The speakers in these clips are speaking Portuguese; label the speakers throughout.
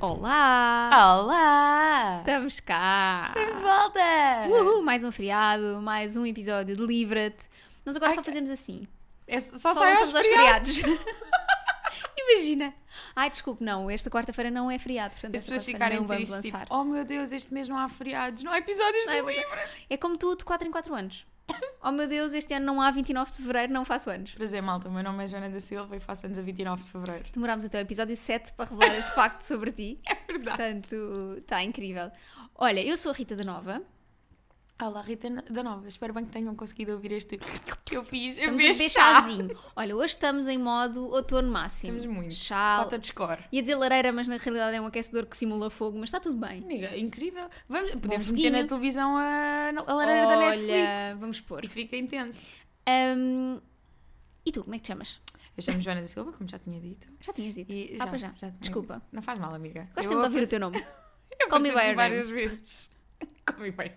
Speaker 1: Olá!
Speaker 2: Olá!
Speaker 1: Estamos cá!
Speaker 2: Estamos de volta!
Speaker 1: Uhul, mais um feriado, mais um episódio de Livra-te. Nós agora só fazemos assim.
Speaker 2: É só
Speaker 1: só
Speaker 2: sai aos
Speaker 1: lançamos aos
Speaker 2: feriados.
Speaker 1: feriados. Imagina. Ai, desculpe, não, esta quarta-feira não é feriado, portanto
Speaker 2: As
Speaker 1: esta
Speaker 2: pessoas
Speaker 1: quarta-feira
Speaker 2: ficarem
Speaker 1: não vamos
Speaker 2: tristes, tipo,
Speaker 1: lançar.
Speaker 2: oh meu Deus, este mês não há feriados, não há episódios
Speaker 1: Não é
Speaker 2: do livro.
Speaker 1: É como tu, de 4 em 4 anos. Oh meu Deus, este ano não há 29 de fevereiro, não faço anos.
Speaker 2: Prazer, malta, o meu nome é Joana da Silva e faço anos a 29 de Fevereiro.
Speaker 1: Demorámos até o episódio 7 para revelar esse facto sobre ti.
Speaker 2: É verdade.
Speaker 1: Portanto, está incrível. Olha, eu sou a Rita da Nova.
Speaker 2: Olá, Rita da Nova, espero bem que tenham conseguido ouvir este que eu fiz em
Speaker 1: Estamos
Speaker 2: vez
Speaker 1: a beber
Speaker 2: de chá.
Speaker 1: chazinho. Olha, hoje estamos em modo outono máximo.
Speaker 2: Estamos muito.
Speaker 1: Chá.
Speaker 2: Falta de score.
Speaker 1: Ia dizer lareira, mas na realidade é um aquecedor que simula fogo, mas está tudo bem.
Speaker 2: Amiga, é incrível. Vamos, podemos meter
Speaker 1: foguinho.
Speaker 2: na televisão a, a lareira da Netflix.
Speaker 1: vamos pôr.
Speaker 2: E fica intenso.
Speaker 1: Ahm, e tu, como é que te chamas?
Speaker 2: Eu chamo Joana da Silva, como já tinha dito.
Speaker 1: Já tinhas dito.
Speaker 2: E
Speaker 1: ah, pois já.
Speaker 2: tinha-
Speaker 1: Desculpa.
Speaker 2: Não faz mal, amiga.
Speaker 1: Gosto
Speaker 2: Eu
Speaker 1: sempre de ouvir o
Speaker 2: apre-
Speaker 1: teu nome.
Speaker 2: eu
Speaker 1: Call me by
Speaker 2: apresento-me
Speaker 1: your name.
Speaker 2: várias vezes. Call me by your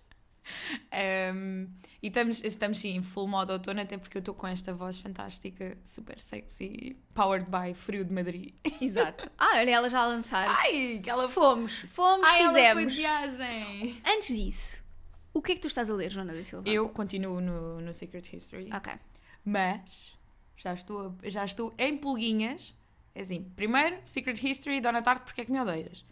Speaker 2: name. Um, e estamos, estamos sim em full modo outono, até porque eu estou com esta voz fantástica, super sexy, powered by Frio de Madrid.
Speaker 1: Exato. Ah, olha, ela já a lançar.
Speaker 2: Ai, que ela foi.
Speaker 1: Fomos, fomos,
Speaker 2: Ai, ela foi
Speaker 1: fizemos.
Speaker 2: de viagem.
Speaker 1: Antes disso, o que é que tu estás a ler, Joana da Silva?
Speaker 2: Eu continuo no, no Secret History,
Speaker 1: Ok.
Speaker 2: mas já estou, a- já estou em pulguinhas. É assim, primeiro, Secret History, Dona Tarde, porque é que me odeias?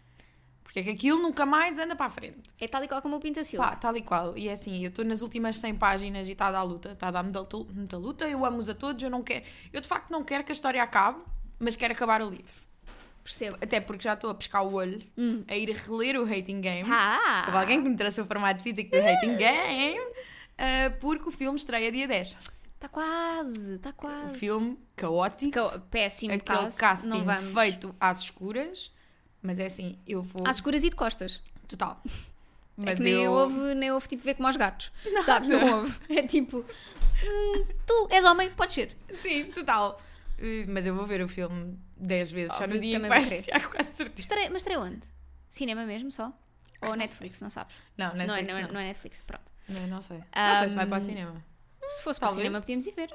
Speaker 2: Porque é que aquilo nunca mais anda para a frente.
Speaker 1: É tal e qual como o Pinta Silva.
Speaker 2: Pá, tal e qual. E é assim, eu estou nas últimas 100 páginas e está a dar luta. Está a dar muita luta- muita luta. Eu amo-os a todos. Eu não quero. Eu de facto não quero que a história acabe, mas quero acabar o livro.
Speaker 1: Percebo.
Speaker 2: Até porque já estou a pescar o olho, a ir reler o Hating Game.
Speaker 1: Hum. Ah! Hum.
Speaker 2: Houve alguém que me trouxe o formato físico do Hating Game. ah, porque o filme estreia dia 10.
Speaker 1: Está tá quase, está
Speaker 2: O
Speaker 1: quase.
Speaker 2: filme caótico.
Speaker 1: Ca- Péssimo
Speaker 2: aquele
Speaker 1: caso.
Speaker 2: casting
Speaker 1: Ah, não vamos.
Speaker 2: feito às escuras. Mas é assim, eu vou.
Speaker 1: Às escuras e de costas.
Speaker 2: Total.
Speaker 1: é que nem houve, nem houve tipo ver como aos gatos. Sabes? Não houve. É tipo, hum, tu és homem, pode ser.
Speaker 2: Sim, total. Uh, Mas eu vou ver o filme 10 vezes, só
Speaker 1: Óbvio,
Speaker 2: no dia em que
Speaker 1: também
Speaker 2: vai
Speaker 1: vou querer.
Speaker 2: estrear, quase certeza.
Speaker 1: Estarei, mas estarei onde? Cinema mesmo só?
Speaker 2: Ai,
Speaker 1: Ou
Speaker 2: não
Speaker 1: Netflix, não sabes?
Speaker 2: Não, assim não,
Speaker 1: não, é,
Speaker 2: sei,
Speaker 1: não,
Speaker 2: não,
Speaker 1: é,
Speaker 2: não,
Speaker 1: não é Netflix, pronto.
Speaker 2: não, sei. Não sei se vai para o
Speaker 1: Ahm,
Speaker 2: cinema.
Speaker 1: Se fosse para o
Speaker 2: Talvez.
Speaker 1: cinema, podíamos ir ver.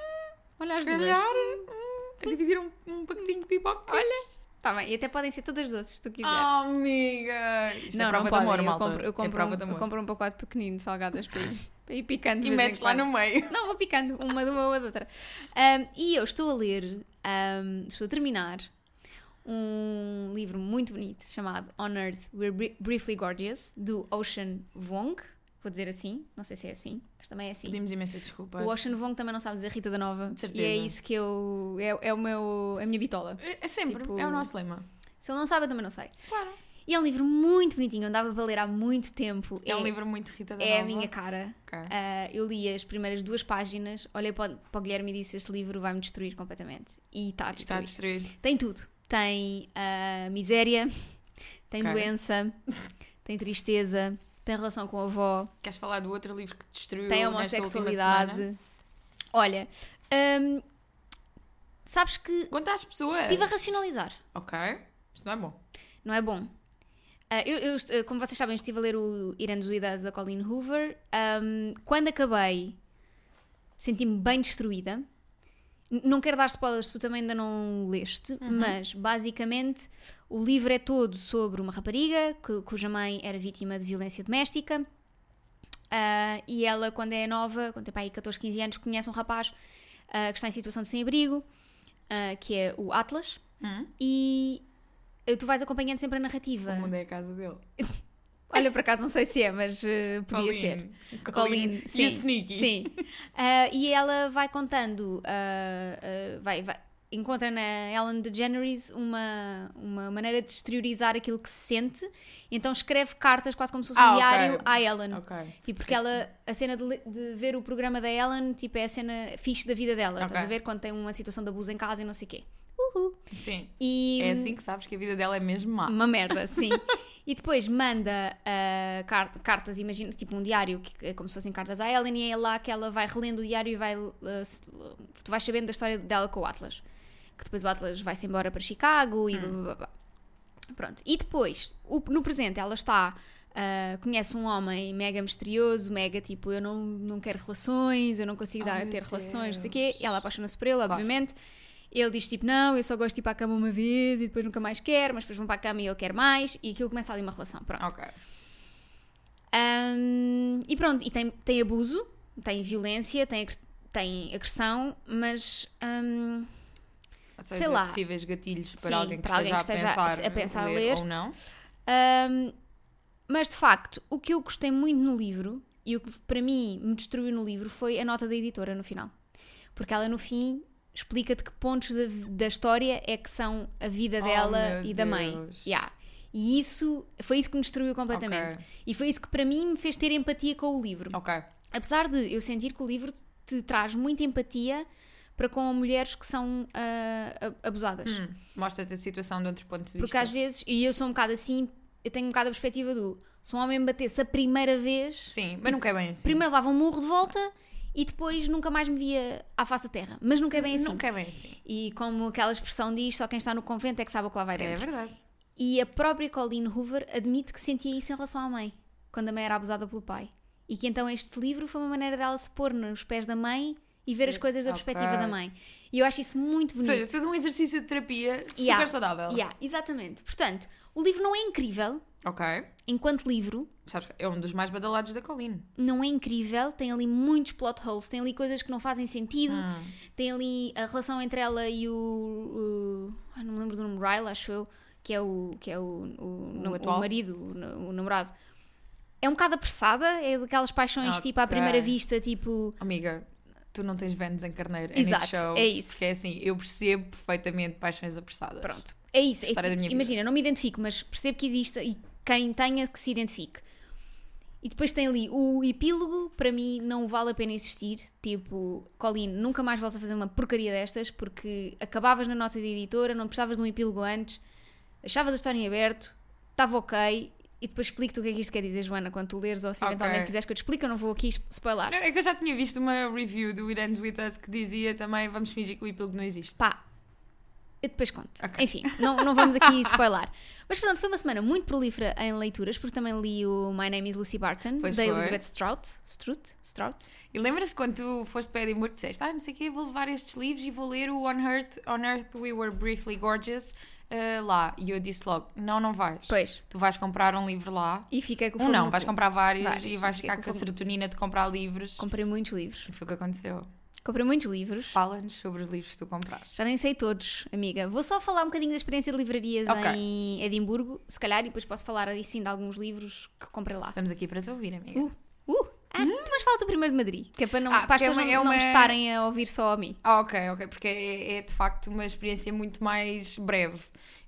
Speaker 1: Olha as
Speaker 2: Se
Speaker 1: duas.
Speaker 2: calhar, hum, a dividir um, um pacotinho de pipoca.
Speaker 1: Olha. Tá bem, e até podem ser todas doces, se tu quiseres.
Speaker 2: Oh, amiga! Isto é
Speaker 1: não, não
Speaker 2: prova
Speaker 1: podem.
Speaker 2: de amor,
Speaker 1: eu,
Speaker 2: malta.
Speaker 1: compro, eu,
Speaker 2: é
Speaker 1: compro
Speaker 2: prova
Speaker 1: um,
Speaker 2: de
Speaker 1: eu
Speaker 2: amor.
Speaker 1: compro um pacote pequenino de salgadas para ir, para ir picando. de
Speaker 2: E
Speaker 1: vez em
Speaker 2: metes lá
Speaker 1: quando.
Speaker 2: no meio.
Speaker 1: Não, vou picando uma de uma ou da outra. Ahm, e eu estou a ler, ahm, estou a terminar um livro muito bonito chamado On Earth We're Bri- Briefly Gorgeous, do Ocean Wong. Vou dizer assim, não sei se é assim, mas também é assim.
Speaker 2: Pedimos imensa desculpa.
Speaker 1: O Ocean Wong também não sabe dizer Rita da Nova.
Speaker 2: De certeza.
Speaker 1: E é isso que eu. É, é o meu, a minha bitola.
Speaker 2: É é sempre,
Speaker 1: tipo-
Speaker 2: é o nosso lema.
Speaker 1: Se ele não sabe, eu também não sei.
Speaker 2: Claro.
Speaker 1: E é um livro muito bonitinho, eu andava a ler há muito tempo.
Speaker 2: É, um livro muito Rita da
Speaker 1: É a
Speaker 2: Nova.
Speaker 1: minha cara.
Speaker 2: Ok.
Speaker 1: Ah, eu li as primeiras duas páginas, olhei para o, para o Guilherme e disse: Este livro vai me destruir completamente. E está a
Speaker 2: Está
Speaker 1: destruir.
Speaker 2: destruído.
Speaker 1: Tem tudo: tem ah, miséria, tem
Speaker 2: Ok.
Speaker 1: doença, tem tristeza, tem relação com a avó,
Speaker 2: Queres falar do outro livro que te destruiu
Speaker 1: tem
Speaker 2: nesta última semana?
Speaker 1: homossexualidade. Olha, hum, sabes que
Speaker 2: Conta às pessoas.
Speaker 1: estive a racionalizar,
Speaker 2: Ok. Isso não é bom.
Speaker 1: não é bom? Ah, eu, eu est- como vocês sabem, estive a ler o Irene Uidas da Colleen Hoover. Hum, quando acabei, senti-me bem destruída. N- Não quero dar spoilers, tu também ainda não leste, mas basicamente o livro é todo sobre uma rapariga cu- cuja mãe era vítima de violência doméstica. ah, e ela, quando é nova, quando tem para aí 14, 15 anos, conhece um rapaz ah, que está em situação de sem-abrigo, ah, que é o Atlas.
Speaker 2: Hum.
Speaker 1: E eh, tu vais acompanhando sempre a narrativa.
Speaker 2: O mundo é a casa dele.
Speaker 1: Olha, por acaso não sei se é, mas eh, podia ser.
Speaker 2: ser.
Speaker 1: Colleen,
Speaker 2: E
Speaker 1: sim.
Speaker 2: o Sneaky.
Speaker 1: Sim. Ah, e ela vai contando, ah, ah, vai, vai- encontra na Ellen DeGeneres uma, uma maneira de exteriorizar aquilo que se sente, então escreve cartas quase como se fosse um
Speaker 2: Ah, ok.
Speaker 1: diário à Ellen.
Speaker 2: Ok.
Speaker 1: E porque ela, a cena de, le- de ver o programa da Ellen, tipo, é a cena fixe da vida dela,
Speaker 2: Ok.
Speaker 1: estás a ver? Quando tem uma situação de abuso em casa e não sei o quê. Uhul.
Speaker 2: Sim.
Speaker 1: E, Hum.
Speaker 2: É assim que sabes que a vida dela é mesmo má.
Speaker 1: Uma merda, sim. e depois manda ah, car- cartas, imagina, tipo um diário, que é como se fossem cartas à Ellen, e é lá que ela vai relendo o diário e vai. ah, se- tu vais sabendo da história dela com o Atlas. Que depois o Atlas vai-se embora para Chicago
Speaker 2: Hum.
Speaker 1: e. blá, blá, blá, blá. Pronto. E depois, o- no presente, ela está. ah, conhece um homem mega misterioso, mega tipo, eu não, não quero relações, eu não consigo
Speaker 2: Ai,
Speaker 1: dar,
Speaker 2: meu
Speaker 1: ter relações, não sei o quê.
Speaker 2: Deus.
Speaker 1: Ela apaixona-se por ele, obviamente. Ele diz tipo, não, eu só gosto de ir para a cama uma vez e depois nunca mais quero, mas depois vão para a cama e ele quer mais, e aquilo começa ali uma relação. Pronto.
Speaker 2: Ok.
Speaker 1: Ahm, e pronto, e tem, tem abuso, tem violência, tem, agre- tem agressão, mas ahm,
Speaker 2: Ou seja,
Speaker 1: Sei lá.
Speaker 2: possíveis gatilhos para
Speaker 1: Sim,
Speaker 2: alguém que
Speaker 1: para alguém
Speaker 2: esteja,
Speaker 1: que
Speaker 2: a,
Speaker 1: esteja
Speaker 2: pensar,
Speaker 1: a pensar ler.
Speaker 2: ou não.
Speaker 1: Ahm, mas de facto, o que eu gostei muito no livro e o que para mim me destruiu no livro foi a nota da editora no final. Porque ela no fim explica de que pontos da, da história é que são a vida
Speaker 2: Oh,
Speaker 1: dela
Speaker 2: meu
Speaker 1: e da mãe.
Speaker 2: Deus.
Speaker 1: Yeah. E isso foi isso que me destruiu completamente.
Speaker 2: Ok.
Speaker 1: E foi isso que para mim me fez ter empatia com o livro.
Speaker 2: Ok.
Speaker 1: Apesar de eu sentir que o livro te traz muita empatia para com mulheres que são ah, a- abusadas.
Speaker 2: Hum, Mostra-te a situação de outro ponto de vista.
Speaker 1: Porque às vezes, e eu sou um bocado assim, eu tenho um bocado a perspectiva do se um homem me batesse a primeira vez,
Speaker 2: Sim, mas nunca é bem assim.
Speaker 1: tipo, primeiro levava um murro de volta e depois nunca mais me via à face da terra. Mas nunca é bem assim.
Speaker 2: Nunca é bem assim.
Speaker 1: E como aquela expressão diz, só quem está no convento é que sabe o que lá vai
Speaker 2: É
Speaker 1: dentro.
Speaker 2: verdade.
Speaker 1: E a própria Colleen Hoover admite que sentia isso em relação à mãe, quando a mãe era abusada pelo pai. E que então este livro foi uma maneira dela se pôr nos pés da mãe e ver as coisas da
Speaker 2: Ok.
Speaker 1: perspectiva da mãe. E eu acho isso muito
Speaker 2: Ou
Speaker 1: bonito.
Speaker 2: seja, tudo um exercício de terapia super
Speaker 1: Yeah.
Speaker 2: saudável.
Speaker 1: Yeah, exatamente. Portanto, o livro não é incrível,
Speaker 2: Ok.
Speaker 1: enquanto livro,
Speaker 2: Sabes, que é um dos mais badalados da Colleen.
Speaker 1: não é incrível, tem ali muitos plot holes, tem ali coisas que não fazem sentido,
Speaker 2: Ah.
Speaker 1: tem ali a relação entre ela e o. o- ai, não me lembro do nome, Ryle, acho eu, que é o, que é o, o,
Speaker 2: O
Speaker 1: nam- o
Speaker 2: atual?
Speaker 1: marido, o, na- o namorado. É um bocado apressada, é daquelas paixões tipo à
Speaker 2: Ok.
Speaker 1: primeira vista, tipo.
Speaker 2: Amiga, tu não tens Vênus em carneiro. I need
Speaker 1: Exato,
Speaker 2: shows,
Speaker 1: é isso.
Speaker 2: Porque é assim, eu percebo perfeitamente paixões apressadas.
Speaker 1: Pronto, é isso. É
Speaker 2: História
Speaker 1: que-
Speaker 2: da minha vida.
Speaker 1: imagina, não me identifico, mas percebo que exista e quem tenha que se identifique. E depois tem ali o epílogo, para mim não vale a pena existir. Tipo, Colin, nunca mais voltas a fazer uma porcaria destas porque acabavas na nota da editora, não precisavas de um epílogo antes, achavas a história em aberto, estava ok. E depois explico-te o que é que isto quer dizer, Joana, quando tu leres ou se
Speaker 2: Ok.
Speaker 1: eventualmente quiseres que eu te explique, eu não vou aqui spoiler.
Speaker 2: Não, é que eu já tinha visto uma review do It Ends With Us que dizia também vamos fingir que o epílogo não existe.
Speaker 1: Pá, eu depois conto.
Speaker 2: Ok.
Speaker 1: Enfim, não, não vamos aqui spoiler. Mas pronto, foi uma semana muito prolífera em leituras, porque também li o My Name is Lucy Barton,
Speaker 2: Pois
Speaker 1: da
Speaker 2: foi.
Speaker 1: Elizabeth Strout. Strout? Strout?
Speaker 2: E lembras-te quando tu foste para Edimburgo e disseste, ah, não sei o quê, vou levar estes livros e vou ler o On Earth, On Earth We Were Briefly Gorgeous eh, lá. E eu disse logo, não, não vais.
Speaker 1: Pois.
Speaker 2: Tu vais comprar um livro lá.
Speaker 1: E fiquei com o
Speaker 2: Um
Speaker 1: fogo
Speaker 2: não,
Speaker 1: no
Speaker 2: vais
Speaker 1: cu.
Speaker 2: comprar vários,
Speaker 1: Vários,
Speaker 2: e vais
Speaker 1: fiquei
Speaker 2: ficar
Speaker 1: com
Speaker 2: com a
Speaker 1: fogo.
Speaker 2: serotonina de comprar livros.
Speaker 1: Comprei muitos livros.
Speaker 2: E foi o que aconteceu.
Speaker 1: Comprei muitos livros.
Speaker 2: Fala-nos sobre os livros que tu compraste.
Speaker 1: Já nem sei todos, amiga. Vou só falar um bocadinho da experiência de livrarias
Speaker 2: Ok.
Speaker 1: em Edimburgo, se calhar, e depois posso falar aí sim de alguns livros que comprei lá.
Speaker 2: Estamos aqui para te ouvir, amiga.
Speaker 1: Uh, uh! Ah, então, mas falta o primeiro de Madrid, que é para, não,
Speaker 2: Hum? Ah,
Speaker 1: para as
Speaker 2: porque é
Speaker 1: pessoas
Speaker 2: uma-
Speaker 1: não,
Speaker 2: é
Speaker 1: não
Speaker 2: uma-
Speaker 1: estarem a ouvir só a mim.
Speaker 2: Ah, ok, ok, porque é, é de facto uma experiência muito mais breve.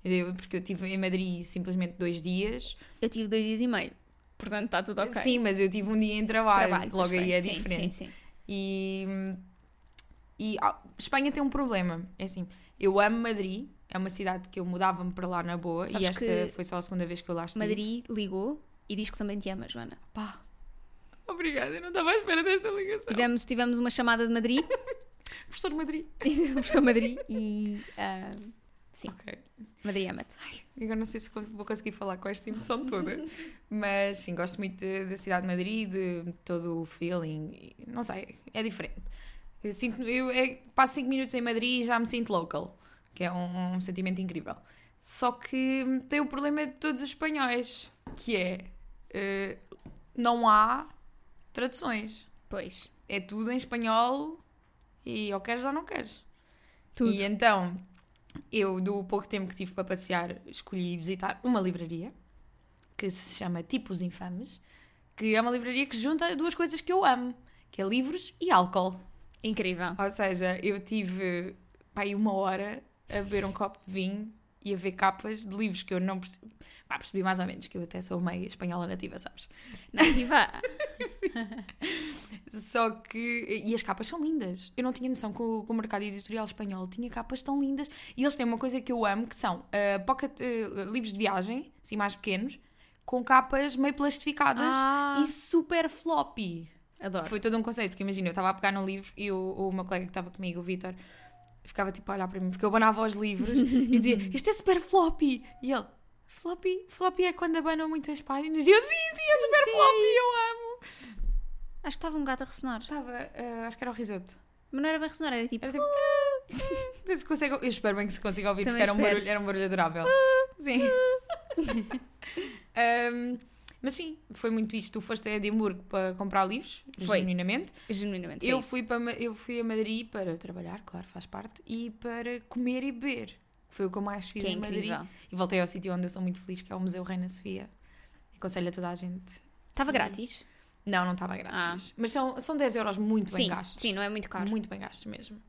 Speaker 2: Eu- Porque eu estive em Madrid simplesmente dois dias.
Speaker 1: Eu tive dois dias e meio, portanto está tudo ok.
Speaker 2: Sim, mas eu tive um dia em trabalho,
Speaker 1: trabalho.
Speaker 2: logo
Speaker 1: pois
Speaker 2: aí
Speaker 1: foi.
Speaker 2: é
Speaker 1: Sim,
Speaker 2: diferente.
Speaker 1: Sim, sim.
Speaker 2: E, e ah, Espanha tem um problema. É assim, eu amo Madrid, é uma cidade que eu mudava-me para lá na boa e
Speaker 1: Sabes
Speaker 2: esta
Speaker 1: que
Speaker 2: foi só a segunda vez que eu lá estive.
Speaker 1: Madrid ligou e diz que também te ama, Joana.
Speaker 2: Pá. Obrigada, eu não estava à espera desta ligação.
Speaker 1: Tivemos, tivemos uma chamada de Madrid,
Speaker 2: Professor de Madrid.
Speaker 1: o professor Madrid, e ah, Sim.
Speaker 2: Ok.
Speaker 1: Madrid ama-te.
Speaker 2: Eu não sei se cons- vou conseguir falar com esta emoção toda, mas sim, gosto muito de- da cidade de Madrid, de todo o feeling, e não sei, é diferente. Eu, sinto, eu é, passo 5 minutos em Madrid e já me sinto local, que é um, um sentimento incrível. Só que hum, tem o problema de todos os espanhóis, que é, eh, não há traduções.
Speaker 1: Pois,
Speaker 2: É tudo em espanhol e ou queres ou não queres.
Speaker 1: tudo.
Speaker 2: E então, eu, do pouco tempo que tive para passear, escolhi visitar uma livraria que se chama Tipos Infames, que é uma livraria que junta duas coisas que eu amo, que é livros e álcool.
Speaker 1: Incrível.
Speaker 2: Ou seja, eu tive pá, aí uma hora a beber um copo de vinho e a ver capas de livros que eu não percebi. Pá, percebi mais ou menos, que eu até sou meio espanhola nativa, sabes?
Speaker 1: Nativa.
Speaker 2: Só que. E as capas são lindas. Eu não tinha noção que o, que o mercado editorial espanhol tinha capas tão lindas. E eles têm uma coisa que eu amo, que são ah, pocket, ah, livros de viagem, assim, mais pequenos, com capas meio plastificadas
Speaker 1: Ah,
Speaker 2: e super floppy.
Speaker 1: adoro.
Speaker 2: Foi todo um conceito, porque imagina, eu estava a pegar num livro e o, o meu colega que estava comigo, o Vitor, ficava tipo a olhar para mim, porque eu abanava os livros e dizia: Isto é super floppy. E ele: Floppy? Floppy é quando abanam muitas páginas. E eu: Sim, sim, é super
Speaker 1: sim, é
Speaker 2: floppy,
Speaker 1: isso."
Speaker 2: eu amo.
Speaker 1: Acho que estava um gato a ressonar.
Speaker 2: Estava, ah, acho que era o risoto.
Speaker 1: Mas não era bem ressonar, era tipo.
Speaker 2: Era tipo. "Ah", Não sei se consegue, eu espero bem que se consiga ouvir,
Speaker 1: Também
Speaker 2: porque era um,
Speaker 1: espero. Ah,
Speaker 2: barulho, era um barulho adorável. Sim. Ahm, mas sim, foi muito isto. Tu foste a Edimburgo para comprar livros,
Speaker 1: Foi.
Speaker 2: genuinamente.
Speaker 1: Genuinamente. foi
Speaker 2: Eu
Speaker 1: isso.
Speaker 2: fui, para, Ma- eu fui a Madrid para trabalhar, claro, faz parte, e para comer e beber. Foi o que eu mais fiz
Speaker 1: Que é
Speaker 2: em Madrid.
Speaker 1: incrível.
Speaker 2: E voltei ao sítio onde eu sou muito feliz, que é o Museu Reina Sofia. Aconselho a toda a gente.
Speaker 1: Estava grátis?
Speaker 2: Não, não estava grátis. Mas são, são 10 euros muito bem
Speaker 1: Ah. Sim,
Speaker 2: gastos.
Speaker 1: sim, não é muito caro.
Speaker 2: Muito bem gastos mesmo.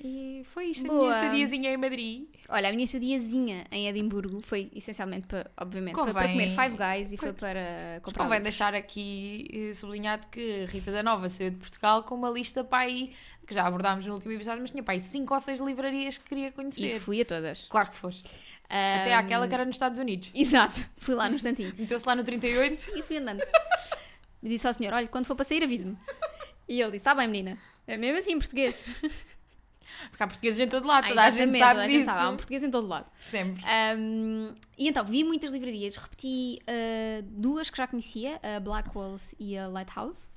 Speaker 2: E foi isto, a minha
Speaker 1: Boa.
Speaker 2: estadiazinha em Madrid.
Speaker 1: Olha, a minha estadiazinha em Edimburgo foi essencialmente para, obviamente, foi para
Speaker 2: Convém-
Speaker 1: comer Five Guys e
Speaker 2: Pois.
Speaker 1: foi para
Speaker 2: Mas
Speaker 1: comprar.
Speaker 2: convém
Speaker 1: livros.
Speaker 2: deixar aqui eh, sublinhado que Rita da Nova saiu de Portugal com uma lista para aí, que já abordámos no último episódio, mas tinha para aí 5 ou 6 livrarias que queria
Speaker 1: E
Speaker 2: conhecer.
Speaker 1: fui a todas.
Speaker 2: Claro que foste. Até
Speaker 1: Ahm,
Speaker 2: àquela que era nos Estados Unidos.
Speaker 1: Exato, fui lá no instantinho
Speaker 2: Meteu-se lá no 38.
Speaker 1: e fui andando. E disse ao senhor: Olha, quando for para sair, avise-me. E ele disse: Está bem, menina. É mesmo assim, em português.
Speaker 2: Porque há portugueses em todo lado, toda
Speaker 1: Ah,
Speaker 2: a gente
Speaker 1: exatamente,
Speaker 2: sabe
Speaker 1: toda a
Speaker 2: disso.
Speaker 1: gente sabe, Há um português em todo lado.
Speaker 2: Sempre.
Speaker 1: Um, e então, vi muitas livrarias, repeti uh, duas que já conhecia, a Blackwells e a Lighthouse.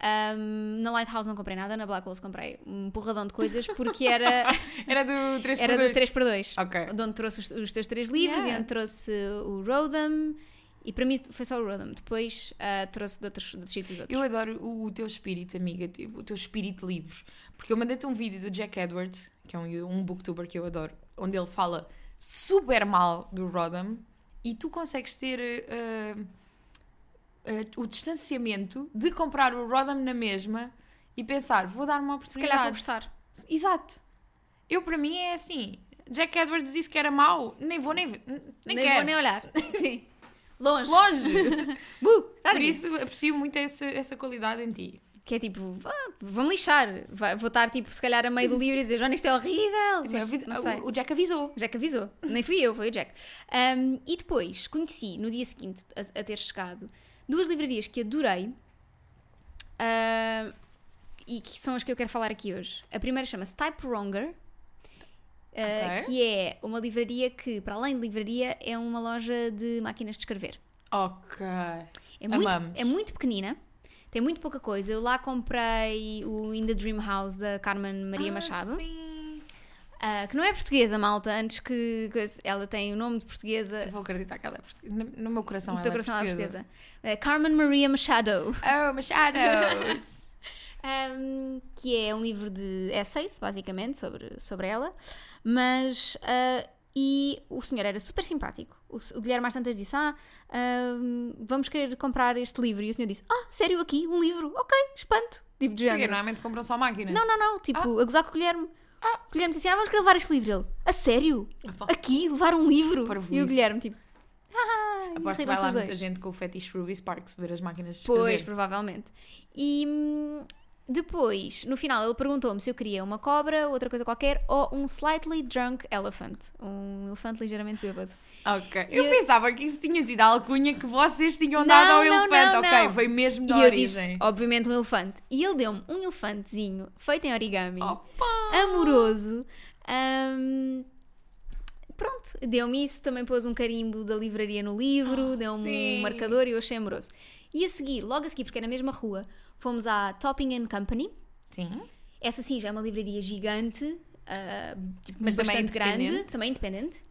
Speaker 1: Um, na Lighthouse não comprei nada, na Blackwells comprei um porradão de coisas porque era,
Speaker 2: Era do 3
Speaker 1: era do 3x2.
Speaker 2: Ok.
Speaker 1: De onde trouxe os, os teus três livros e
Speaker 2: Yes.
Speaker 1: onde trouxe o Rodham. E para mim foi só o Rodham. Depois uh, trouxe de outros, de outros sítios outros.
Speaker 2: Eu adoro o, o teu espírito, amiga, tipo, o teu espírito livre. Porque eu mandei-te um vídeo do Jack Edwards, que é um, um booktuber que eu adoro, onde ele fala super mal do Rodham e tu consegues ter eh, eh, o distanciamento de comprar o Rodham na mesma e pensar, vou dar uma
Speaker 1: Se calhar vou
Speaker 2: oportunidade.
Speaker 1: gostar.
Speaker 2: Exato. Eu, para mim, é assim. Jack Edwards disse que era mau, nem vou nem ver. n- Nem,
Speaker 1: nem
Speaker 2: quero.
Speaker 1: vou nem olhar. Sim. Longe.
Speaker 2: Longe. Bu. Por
Speaker 1: Larga.
Speaker 2: isso, aprecio muito essa, essa qualidade em ti.
Speaker 1: Que é tipo, "Ah, vão-me lixar. Vai- vou estar, tipo, se calhar a meio do livro e dizer, Joana, isto é horrível.
Speaker 2: Assim,
Speaker 1: Mas,
Speaker 2: avisa-
Speaker 1: não sei.
Speaker 2: o- o Jack avisou.
Speaker 1: O Jack avisou. Nem fui eu, foi o Jack. Um, e depois conheci, no dia seguinte a, a ter chegado, duas livrarias que adorei ah, e que são as que eu quero falar aqui hoje. A primeira chama-se Type Wronger, ah,
Speaker 2: Ok.
Speaker 1: que é uma livraria que, para além de livraria, é uma loja de máquinas de escrever.
Speaker 2: Ok.
Speaker 1: É muito,
Speaker 2: Amamos.
Speaker 1: é muito pequenina, tem muito pouca coisa. Eu lá comprei o In the Dream House da Carmen Maria Machado.
Speaker 2: Ah, Sim.
Speaker 1: Ah, que não é portuguesa, malta, antes que, que ela tem o nome de portuguesa.
Speaker 2: Eu vou acreditar que ela é portuguesa. No no meu coração,
Speaker 1: No
Speaker 2: ela
Speaker 1: teu
Speaker 2: é
Speaker 1: coração ela é
Speaker 2: portuguesa.
Speaker 1: portuguesa. É Carmen Maria Machado,
Speaker 2: Oh, Machados.
Speaker 1: Ahm, que é um livro de essays, basicamente, sobre, sobre ela. Mas. ah, e o senhor era super simpático. O, s- o Guilherme às tantas disse: Ah, ahm, vamos querer comprar este livro. E o senhor disse: Ah, sério, aqui? Um livro? Ok, espanto. Tipo de
Speaker 2: Porque
Speaker 1: género.
Speaker 2: normalmente compram só máquinas.
Speaker 1: Não, não, não. Tipo, a gozar com o Guilherme.
Speaker 2: Ah.
Speaker 1: O Guilherme disse assim: Ah, vamos querer levar este livro. Ele: A sério?
Speaker 2: Opa.
Speaker 1: Aqui? Levar um livro?
Speaker 2: Parvoíce.
Speaker 1: E o Guilherme, tipo. Ah, e
Speaker 2: Aposto que vai
Speaker 1: riram-se
Speaker 2: lá
Speaker 1: os
Speaker 2: muita
Speaker 1: dois.
Speaker 2: gente com o fetiche Ruby Sparks ver as máquinas de escrever.
Speaker 1: Pois, provavelmente. E hum, depois, no final, ele perguntou-me se eu queria uma cobra, outra coisa qualquer, ou um slightly drunk elephant. Um elefante ligeiramente bêbado.
Speaker 2: Ok. Eu,
Speaker 1: Eu-
Speaker 2: pensava que isso tinha sido a alcunha que vocês tinham
Speaker 1: Não,
Speaker 2: dado ao
Speaker 1: não,
Speaker 2: elefante.
Speaker 1: não,
Speaker 2: ok,
Speaker 1: não.
Speaker 2: foi mesmo da
Speaker 1: e eu
Speaker 2: origem.
Speaker 1: disse, obviamente, um elefante. E ele deu-me um elefantezinho feito em origami,
Speaker 2: Oh. Opa!
Speaker 1: amoroso. hum, pronto, deu-me isso. Também pôs um carimbo da livraria no livro, deu-me
Speaker 2: Oh, sim.
Speaker 1: um marcador e eu achei amoroso. E a seguir, logo a seguir, porque é na mesma rua, fomos à Topping and Company.
Speaker 2: Sim.
Speaker 1: Essa sim já é uma livraria gigante, ah, tipo,
Speaker 2: Mas também
Speaker 1: bastante grande,
Speaker 2: independente.
Speaker 1: também independente.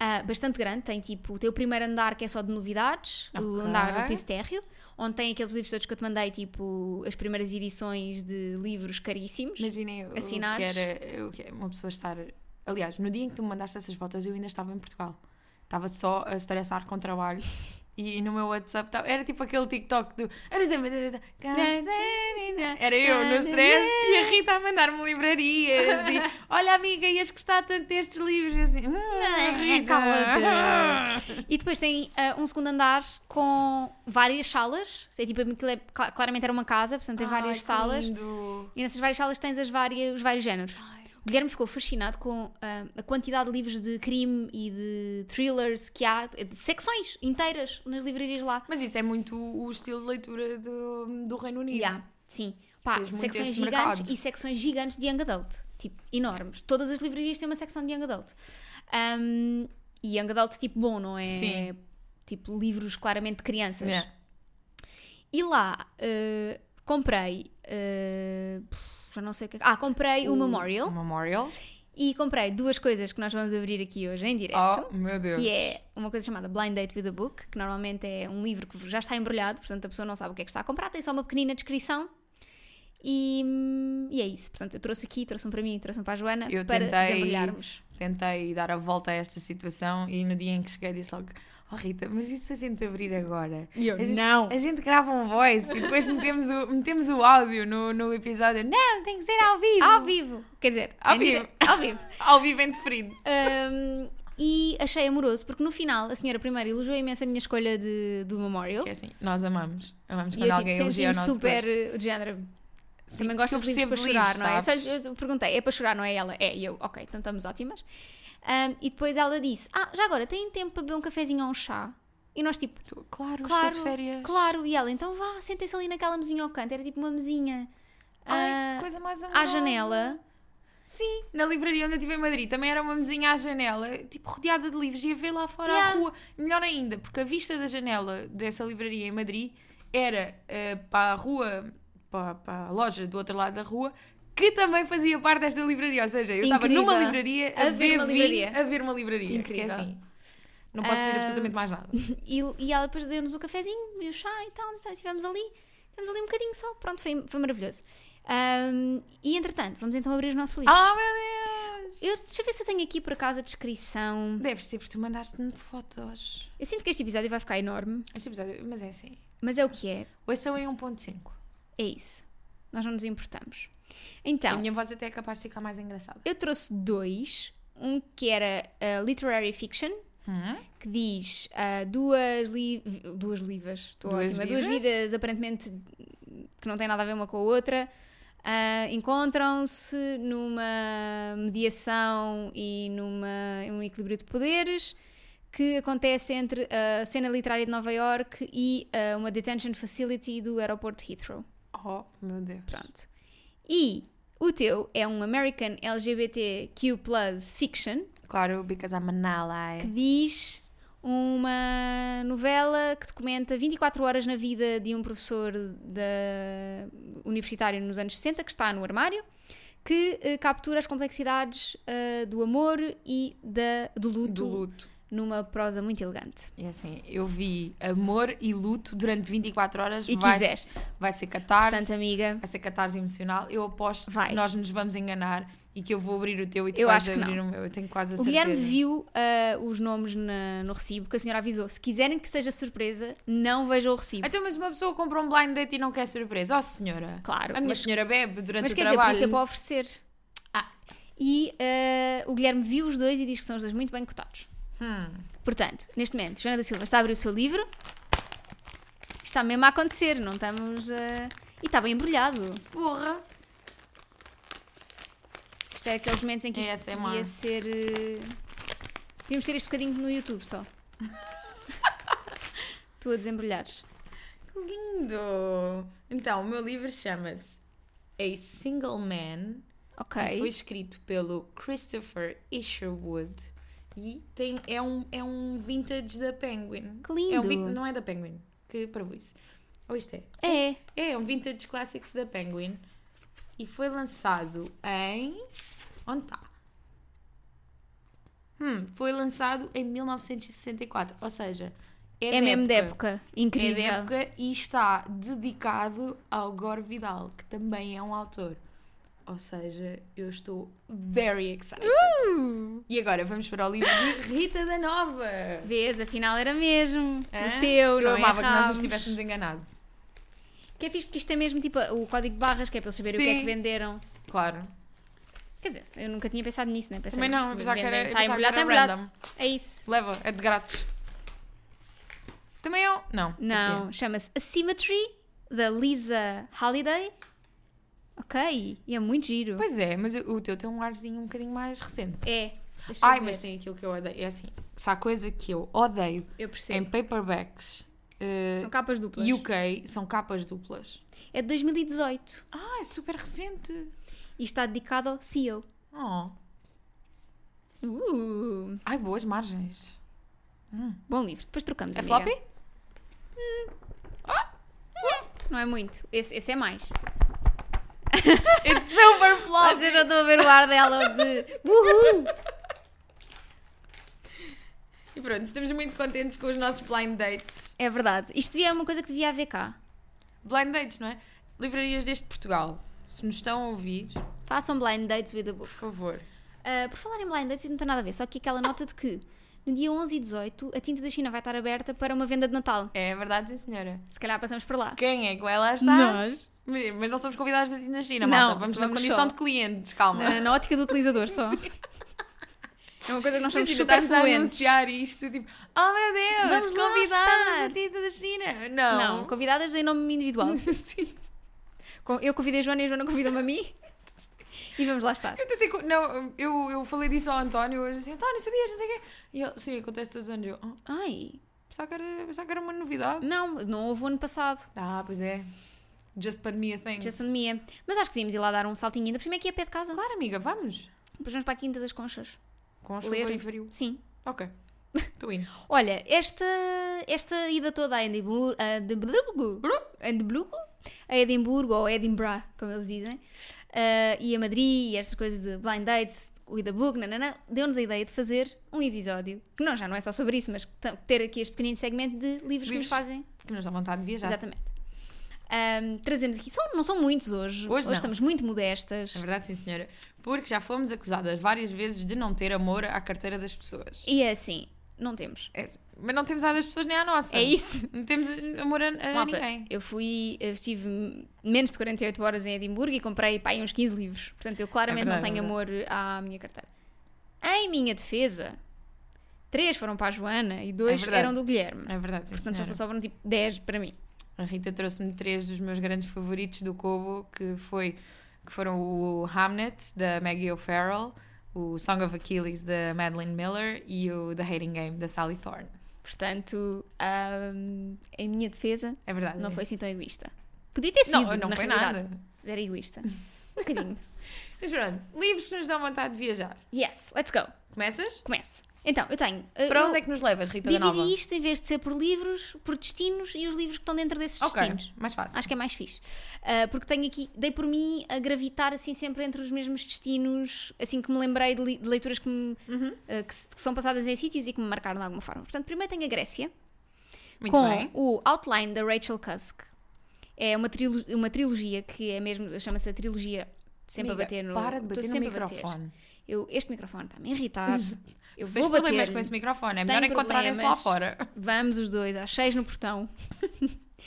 Speaker 1: Ah, bastante grande, tem tipo o teu primeiro andar que é só de novidades, o
Speaker 2: Ok.
Speaker 1: andar do piso térreo, onde tem aqueles livros todos que eu te mandei, tipo as primeiras edições de livros caríssimos.
Speaker 2: Imaginem o que
Speaker 1: Assinados.
Speaker 2: era o que é uma pessoa estar. Aliás, no dia em que tu me mandaste essas fotos, eu ainda estava em Portugal. Estava só a estressar com trabalho. E no meu WhatsApp tava- era tipo aquele TikTok do. Era eu no stress e a Rita a mandar-me livrarias. E olha, amiga, ias gostar tanto destes livros. E assim, hum, Rita.
Speaker 1: é, Cala-te. E depois tem ah, um segundo andar com várias salas, é, tipo, aquilo é- cla- claramente era uma casa, portanto tem várias
Speaker 2: Ai, que
Speaker 1: salas.
Speaker 2: lindo.
Speaker 1: E nessas várias salas tens as várias, os vários géneros.
Speaker 2: Ai.
Speaker 1: O Guilherme ficou fascinado com ah, a quantidade de livros de crime e de thrillers que há, eh, de secções inteiras nas livrarias lá.
Speaker 2: Mas isso é muito o estilo de leitura do, do Reino Unido.
Speaker 1: E há, sim. Pá,
Speaker 2: Tens muito
Speaker 1: secções
Speaker 2: esse
Speaker 1: gigantes
Speaker 2: mercado.
Speaker 1: e secções gigantes de Young Adult. Tipo, enormes. Todas as livrarias têm uma secção de Young Adult. Ahm, e Young Adult, tipo, bom, não é?
Speaker 2: Sim.
Speaker 1: Tipo, livros claramente de crianças.
Speaker 2: Yeah.
Speaker 1: eh, E lá ah, comprei ah, pff, já não sei o que. Ah, comprei o, Memorial
Speaker 2: O Memorial.
Speaker 1: e comprei duas coisas que nós vamos abrir aqui hoje em direto.
Speaker 2: Oh, meu Deus.
Speaker 1: Que é uma coisa chamada Blind Date with a Book, que normalmente é um livro que já está embrulhado, portanto a pessoa não sabe o que é que está a comprar, tem só uma pequenina descrição. E, e é isso. Portanto, eu trouxe aqui, trouxe um para mim, trouxe um para a Joana,
Speaker 2: Eu
Speaker 1: para
Speaker 2: tentei-
Speaker 1: desembrulharmos.
Speaker 2: Tentei dar a volta a esta situação e no dia em que cheguei disse logo: Oh Rita, mas e se a gente abrir agora?
Speaker 1: E eu,
Speaker 2: a gente,
Speaker 1: "Não."
Speaker 2: A gente grava um voice e depois metemos o, metemos o áudio no, no episódio. Não, tem que ser ao vivo.
Speaker 1: Ao vivo! Quer dizer,
Speaker 2: tipo Ao
Speaker 1: em
Speaker 2: vivo.
Speaker 1: dire- Ao vivo.
Speaker 2: Ao vivo em deferido.
Speaker 1: Um, e achei amoroso, porque no final a senhora primeiro elogiou imenso a minha escolha de, do Memorial.
Speaker 2: Que é assim, nós amamos. Amamos
Speaker 1: E
Speaker 2: quando
Speaker 1: eu tipo,
Speaker 2: alguém elogia o
Speaker 1: senti-me
Speaker 2: nosso
Speaker 1: super
Speaker 2: gosto.
Speaker 1: eh, de género.
Speaker 2: Sim,
Speaker 1: Também
Speaker 2: porque
Speaker 1: gosto
Speaker 2: eu
Speaker 1: de livros para
Speaker 2: percebo
Speaker 1: chorar,
Speaker 2: livros,
Speaker 1: não é? Só,
Speaker 2: sabes?
Speaker 1: lhe- eu perguntei, é para chorar, não é ela? É, e eu, ok, então estamos ótimas. Um, e depois ela disse, ah, já agora, têm tempo para beber um cafezinho ou um chá? E nós tipo,
Speaker 2: Tu, Claro, claro,
Speaker 1: claro,
Speaker 2: estou de férias.
Speaker 1: claro. E ela, então vá, sentem-se ali naquela mesinha ao canto. Era tipo uma mesinha
Speaker 2: Ai,
Speaker 1: ah,
Speaker 2: que coisa mais amorosa.
Speaker 1: à janela.
Speaker 2: Sim, na livraria onde eu estive em Madrid também era uma mesinha à janela, tipo rodeada de livros, ia ver lá fora à
Speaker 1: Yeah.
Speaker 2: rua. Melhor ainda, porque a vista da janela dessa livraria em Madrid era eh, para a rua, para, para a loja do outro lado da rua, que também fazia parte desta livraria. Ou seja, eu estava
Speaker 1: Incrível.
Speaker 2: numa livraria a,
Speaker 1: A ver
Speaker 2: ver
Speaker 1: uma
Speaker 2: vinho,
Speaker 1: livraria.
Speaker 2: a ver uma livraria.
Speaker 1: Incrível.
Speaker 2: Que é assim. Não posso pedir
Speaker 1: Ah,
Speaker 2: absolutamente mais nada.
Speaker 1: E, e ela depois deu-nos o cafezinho e o chá e tal, e tal, estivemos ali, estivemos ali um bocadinho só, pronto, foi, foi maravilhoso. Ahm, e entretanto, vamos então abrir os nossos livros.
Speaker 2: Ah, meu Deus!
Speaker 1: Eu, deixa eu ver se eu tenho aqui por acaso a descrição.
Speaker 2: Deves ser porque tu mandaste-me fotos.
Speaker 1: Eu sinto que este episódio vai ficar enorme,
Speaker 2: Este episódio, mas é assim.
Speaker 1: mas é o que é,
Speaker 2: Hoje são em 1.5.
Speaker 1: é isso. Nós não nos importamos.
Speaker 2: A
Speaker 1: Então,
Speaker 2: minha voz até é capaz de ficar mais engraçada.
Speaker 1: eu trouxe dois: um que era ah, Literary Fiction, que diz ah, duas, li duas livas, estou
Speaker 2: Duas
Speaker 1: ótima, duas
Speaker 2: vidas?
Speaker 1: vidas aparentemente que não têm nada a ver uma com a outra, ah, encontram-se numa mediação e numa, um equilíbrio de poderes que acontece entre a cena literária de Nova York e ah, uma detention facility do aeroporto de Heathrow.
Speaker 2: Oh, meu Deus.
Speaker 1: Pronto. E o teu é um American LGBTQ fiction
Speaker 2: Claro, because I'm an ally.
Speaker 1: que diz uma novela que documenta 24 horas na vida de um professor da- universitário nos anos 60 que está no armário, que eh, captura as complexidades eh, do amor e da, do, luto
Speaker 2: Do luto.
Speaker 1: numa prosa muito elegante.
Speaker 2: E assim, eu vi amor e luto durante 24 horas.
Speaker 1: E
Speaker 2: vai
Speaker 1: quiseste.
Speaker 2: Vai ser catarse.
Speaker 1: Portanto, amiga,
Speaker 2: Vai ser catarse emocional. Eu aposto
Speaker 1: Vai.
Speaker 2: que nós nos vamos enganar e que eu vou abrir o teu e tu
Speaker 1: Eu
Speaker 2: vais
Speaker 1: acho que
Speaker 2: abrir
Speaker 1: não.
Speaker 2: o meu. Eu tenho quase a
Speaker 1: o
Speaker 2: certeza.
Speaker 1: Guilherme viu eh, os nomes na- no recibo que a senhora avisou. Se quiserem que seja surpresa, não vejam o recibo.
Speaker 2: Então, mas uma pessoa compra um blind date e não quer surpresa. Oh, senhora.
Speaker 1: Claro,
Speaker 2: A minha
Speaker 1: mas-
Speaker 2: senhora bebe durante
Speaker 1: Mas
Speaker 2: o
Speaker 1: quer dizer, por
Speaker 2: trabalho.
Speaker 1: isso é para oferecer.
Speaker 2: Ah.
Speaker 1: E eh, o Guilherme viu os dois e diz que são os dois muito bem cotados.
Speaker 2: Hum.
Speaker 1: Portanto, neste momento, Joana da Silva está a abrir o seu livro. Está mesmo a acontecer, não estamos a. E está bem embrulhado.
Speaker 2: Porra.
Speaker 1: Isto é aqueles momentos em que isto
Speaker 2: ASMR.
Speaker 1: devia ser. eh, Devíamos ter este bocadinho no YouTube só. tu a desembrulhares.
Speaker 2: Que lindo. Então, o meu livro chama-se A Single Man E Foi
Speaker 1: Ok.
Speaker 2: escrito pelo Christopher Isherwood e tem, é, um, é um vintage da Penguin.
Speaker 1: Que lindo.
Speaker 2: É um vin- não é da Penguin, que para isso. Ou isto é?
Speaker 1: É.
Speaker 2: É, é um vintage classics da Penguin e foi lançado em. Onde está? Hum, foi lançado em 1964, ou seja, é,
Speaker 1: É, mesmo da época.
Speaker 2: É
Speaker 1: Incrível.
Speaker 2: da época e está dedicado ao Gore Vidal, que também é um autor. Ou seja, eu estou very excited.
Speaker 1: Hum.
Speaker 2: E agora vamos para o livro de Rita da Nova.
Speaker 1: Vês, afinal era mesmo.
Speaker 2: Hã?
Speaker 1: O teu,
Speaker 2: eu
Speaker 1: não é
Speaker 2: amava que nós nos
Speaker 1: errámos.
Speaker 2: tivéssemos enganado.
Speaker 1: Que é fixe porque isto é mesmo tipo o código de barras, que é para eles saberem o que é
Speaker 2: Sim.
Speaker 1: que venderam.
Speaker 2: Claro.
Speaker 1: Quer dizer, eu nunca tinha pensado nisso, né? Pensei,
Speaker 2: Também não, eu pensava que era,
Speaker 1: vendem,
Speaker 2: eu
Speaker 1: tá
Speaker 2: pensava que
Speaker 1: embrulhado,
Speaker 2: era
Speaker 1: tá embrulhado.
Speaker 2: random.
Speaker 1: É isso.
Speaker 2: Leva, é de grátis. Também é um... Não.
Speaker 1: Não,
Speaker 2: assim
Speaker 1: chama-se Asymmetry, da Lisa Holiday. Ok, e é muito
Speaker 2: é.
Speaker 1: giro.
Speaker 2: Pois é, mas o o teu tem um arzinho um bocadinho mais recente.
Speaker 1: É. Deixa eu
Speaker 2: Ai,
Speaker 1: ver.
Speaker 2: mas tem aquilo que eu odeio. É assim, se há coisa que eu odeio
Speaker 1: Eu
Speaker 2: em
Speaker 1: percebo.
Speaker 2: paperbacks... eh,
Speaker 1: São capas duplas.
Speaker 2: UK são capas duplas.
Speaker 1: É de 2018
Speaker 2: Ah, é super recente.
Speaker 1: e está dedicado ao CEO.
Speaker 2: Oh.
Speaker 1: Uh,
Speaker 2: Ai, boas margens.
Speaker 1: bom livro, depois trocamos.
Speaker 2: É Ah!
Speaker 1: amiga.
Speaker 2: floppy? Hum.
Speaker 1: Não é muito, esse, esse é mais.
Speaker 2: It's super
Speaker 1: Mas eu não estou a ver o ar dela de. Uhul!
Speaker 2: E pronto, estamos muito contentes com os nossos blind dates.
Speaker 1: É verdade. Isto devia é uma coisa que devia haver cá.
Speaker 2: Blind dates, não é? Livrarias deste Portugal. Se nos estão a ouvir,
Speaker 1: Façam blind dates with a
Speaker 2: por
Speaker 1: book.
Speaker 2: favor.
Speaker 1: Ah, por falar em blind dates, isso não tem nada a ver. Só que aquela nota de que no dia 11 e 18 a tinta da China vai estar aberta para uma venda de Natal.
Speaker 2: É verdade, sim, senhora.
Speaker 1: Se calhar passamos por lá.
Speaker 2: Quem é que vai lá estar?
Speaker 1: Nós.
Speaker 2: Mas mas não somos convidados da Tina China,
Speaker 1: Não,
Speaker 2: malta. Vamos na
Speaker 1: somos
Speaker 2: condição
Speaker 1: só.
Speaker 2: de clientes, calma.
Speaker 1: Na, na ótica do utilizador só. É uma coisa que nós somos
Speaker 2: Imagina,
Speaker 1: super
Speaker 2: estarmos tipo, a
Speaker 1: fluentes.
Speaker 2: anunciar isto, tipo, oh meu Deus,
Speaker 1: Vamos lá
Speaker 2: convidados
Speaker 1: estar.
Speaker 2: da Tina da China.
Speaker 1: Não,
Speaker 2: Não.
Speaker 1: convidadas em nome individual.
Speaker 2: Sim.
Speaker 1: Com- Eu convidei a Joana e a Joana convida-me a mim. E vamos lá estar.
Speaker 2: Eu tentei. co- Não, eu, eu falei disso ao António hoje, assim, António, sabias, não sei o quê. E ele, sim, acontece todos os anos. Eu, "Ah,
Speaker 1: Ai,
Speaker 2: pensava que era, pensava que era uma novidade.
Speaker 1: não, não houve o ano passado.
Speaker 2: Ah, pois é. Just pandemia things.
Speaker 1: Just pandemia. Mas acho que podíamos ir lá dar um saltinho ainda. Por cima aqui é pé de casa.
Speaker 2: Claro, amiga, vamos.
Speaker 1: Depois vamos para a Quinta das Conchas.
Speaker 2: Com a chuva
Speaker 1: Ler.
Speaker 2: e frio.
Speaker 1: Sim.
Speaker 2: Ok. Estou indo.
Speaker 1: Olha, esta, esta ida toda a Edimburgo, a Edimburgo,
Speaker 2: Bru?
Speaker 1: Edimburgo, a Edimburgo ou Edinburgh, como eles dizem, eh, e a Madrid, e estas coisas de blind dates, with a book, nanana, deu-nos a ideia de fazer um episódio, que não, já não é só sobre isso, mas t- ter aqui este pequenino segmento de livros, que nos
Speaker 2: Livros.
Speaker 1: fazem.
Speaker 2: Que nos dá vontade de viajar.
Speaker 1: Exatamente. Ahm, trazemos aqui, são, não são muitos hoje,
Speaker 2: Hoje não.
Speaker 1: estamos muito modestas.
Speaker 2: É verdade, sim, senhora. Porque já fomos acusadas várias vezes de não ter amor à carteira das pessoas.
Speaker 1: E é assim, não temos.
Speaker 2: É- mas não temos a das pessoas nem à nossa.
Speaker 1: É isso.
Speaker 2: Não temos amor a, a
Speaker 1: Malta,
Speaker 2: ninguém.
Speaker 1: eu fui, eu estive menos de 48 horas em Edimburgo e comprei pá, aí uns 15 livros. Portanto, eu claramente
Speaker 2: É verdade,
Speaker 1: não tenho
Speaker 2: é
Speaker 1: amor à minha carteira. Em minha defesa, três foram para a Joana e dois
Speaker 2: verdade.
Speaker 1: eram do Guilherme.
Speaker 2: É verdade, sim,
Speaker 1: Portanto, já só
Speaker 2: senhora.
Speaker 1: sobram tipo 10 para mim.
Speaker 2: A Rita trouxe-me três dos meus grandes favoritos do Kobo, que, foi, que foram o Hamnet, da Maggie O'Farrell, o Song of Achilles, da Madeline Miller e o The Hating Game, da Sally Thorne.
Speaker 1: Portanto, ahm, em minha defesa,
Speaker 2: É verdade.
Speaker 1: não
Speaker 2: é.
Speaker 1: foi assim tão egoísta. Podia ter sido,
Speaker 2: Não, não
Speaker 1: na
Speaker 2: foi
Speaker 1: realidade,
Speaker 2: nada.
Speaker 1: Mas era egoísta. Um bocadinho.
Speaker 2: Mas pronto, livros que nos dão vontade de viajar.
Speaker 1: Yes, let's go.
Speaker 2: Começas?
Speaker 1: Começo. Então, eu tenho. uh,
Speaker 2: Para
Speaker 1: eu
Speaker 2: onde é que nos levas, Rita da Nova?
Speaker 1: dividi isto em vez de ser por livros, por destinos e os livros que estão dentro desses
Speaker 2: Ok,
Speaker 1: destinos.
Speaker 2: mais fácil.
Speaker 1: Acho que é mais fixe. Ah, porque tenho aqui, dei por mim a gravitar assim sempre entre os mesmos destinos, assim que me lembrei de, li- de leituras que, me-
Speaker 2: Uhum.
Speaker 1: ah, que, se- que são passadas em sítios e que me marcaram de alguma forma. Portanto, primeiro tenho a Grécia,
Speaker 2: Muito
Speaker 1: com
Speaker 2: bem.
Speaker 1: o Outline da Rachel Cusk. É uma, trilo- uma trilogia que é mesmo, chama-se a trilogia. Sempre
Speaker 2: Amiga,
Speaker 1: a bater no.
Speaker 2: Para de
Speaker 1: tô
Speaker 2: bater no
Speaker 1: sempre a bater.
Speaker 2: microfone.
Speaker 1: Eu, este microfone está-me a irritar. eu
Speaker 2: Tu tens
Speaker 1: vou
Speaker 2: problemas
Speaker 1: bater.
Speaker 2: com esse microfone. É melhor encontrarem-se lá
Speaker 1: problemas.
Speaker 2: fora.
Speaker 1: Vamos os dois, às seis no portão.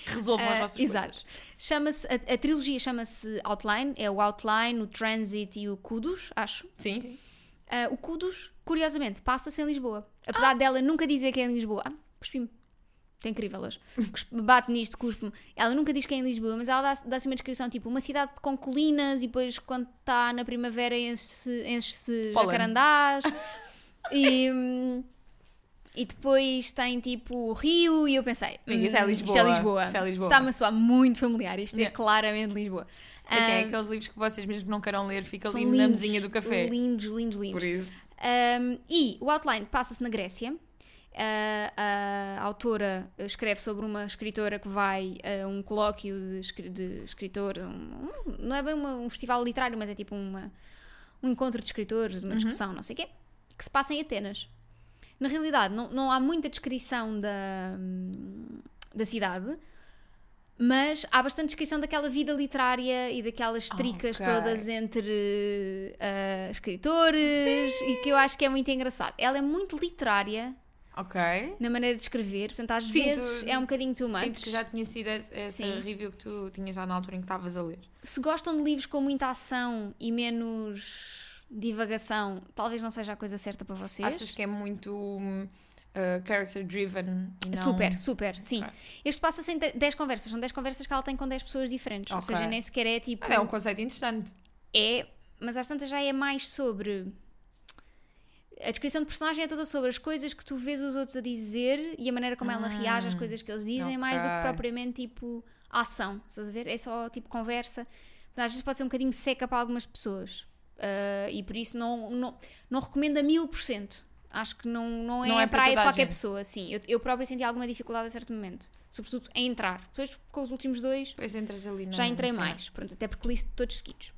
Speaker 2: Resolvam as
Speaker 1: Ah,
Speaker 2: vossas
Speaker 1: exato. Chama-se, a, a trilogia chama-se Outline, é o Outline, o Transit e o Kudos, acho.
Speaker 2: coisas. Sim.
Speaker 1: Ah, o Kudos, curiosamente, passa-se em Lisboa.
Speaker 2: Ah!
Speaker 1: Apesar dela nunca dizer que é em Lisboa. Ah, cuspi-me. Estou incrível hoje. Cuspe- Bate nisto, cuspe-me. Ela nunca diz que é em Lisboa, mas ela dá- dá-se uma descrição, tipo, uma cidade com colinas e depois quando está na primavera enche-se enche
Speaker 2: Pólen.
Speaker 1: jacarandás. e... hum, E depois tem tipo Rio, e eu pensei,
Speaker 2: Amiga, isso é
Speaker 1: hum,
Speaker 2: Lisboa.
Speaker 1: Isto é Lisboa.
Speaker 2: Isso é Lisboa.
Speaker 1: Está-me a soar muito familiar. Isto é
Speaker 2: Yeah.
Speaker 1: claramente Lisboa.
Speaker 2: Assim, é
Speaker 1: Ahm,
Speaker 2: aqueles livros que vocês mesmo não queiram ler, fica
Speaker 1: Ah, são
Speaker 2: ali na mesinha do café.
Speaker 1: Lindos, lindos, lindos.
Speaker 2: Por isso.
Speaker 1: Um, e o Outline passa-se na Grécia. Ah, A- a autora escreve sobre uma escritora que vai a um colóquio de, escri- de escritor, um- um- não é bem uma- um festival literário, mas é tipo uma- um encontro de escritores,
Speaker 2: Uhum.
Speaker 1: uma discussão, não sei o quê, que se passa em Atenas. Na realidade, não, não há muita descrição da, hum, da cidade, mas há bastante descrição daquela vida literária e daquelas tricas
Speaker 2: Ok.
Speaker 1: todas entre ah, escritores e que eu acho que é muito engraçado. Ela é muito literária
Speaker 2: Ok.
Speaker 1: na maneira de escrever, portanto, às
Speaker 2: Sim,
Speaker 1: vezes
Speaker 2: tu-
Speaker 1: é um bocadinho too much.
Speaker 2: Sinto que já tinha sido esse- essa
Speaker 1: Sim.
Speaker 2: review que tu tinhas já na altura em que estavas a ler.
Speaker 1: Se gostam de livros com muita ação e menos divagação, talvez não seja a coisa certa para vocês.
Speaker 2: Achas que é muito hum, uh, character driven? e não-
Speaker 1: Super, super, sim.
Speaker 2: Ok.
Speaker 1: Este passa sem 10 conversas, são 10 conversas que ela tem com 10 pessoas diferentes, ou
Speaker 2: Ok.
Speaker 1: seja, nem sequer é tipo.
Speaker 2: Ah, é um conceito interessante.
Speaker 1: É, mas às tantas já é mais sobre. A descrição de personagem é toda sobre as coisas que tu vês os outros a dizer e a maneira como ela reage às coisas que eles dizem, é mais do que
Speaker 2: Ah, ok.
Speaker 1: propriamente tipo ação. Estás a ver? É só tipo conversa. Mas às vezes pode ser um bocadinho seca para algumas pessoas. Ah, e por isso não, não, não recomendo a mil por cento. Acho que não, não é,
Speaker 2: Não é
Speaker 1: a
Speaker 2: para
Speaker 1: praia de
Speaker 2: toda a
Speaker 1: qualquer
Speaker 2: gente.
Speaker 1: pessoa, sim. Eu, eu própria senti alguma dificuldade a certo momento. Sobretudo em entrar. Depois, com os últimos dois,
Speaker 2: Depois entras ali na
Speaker 1: já entrei
Speaker 2: cena.
Speaker 1: mais. Hum. Pronto, até porque li todos seguidos.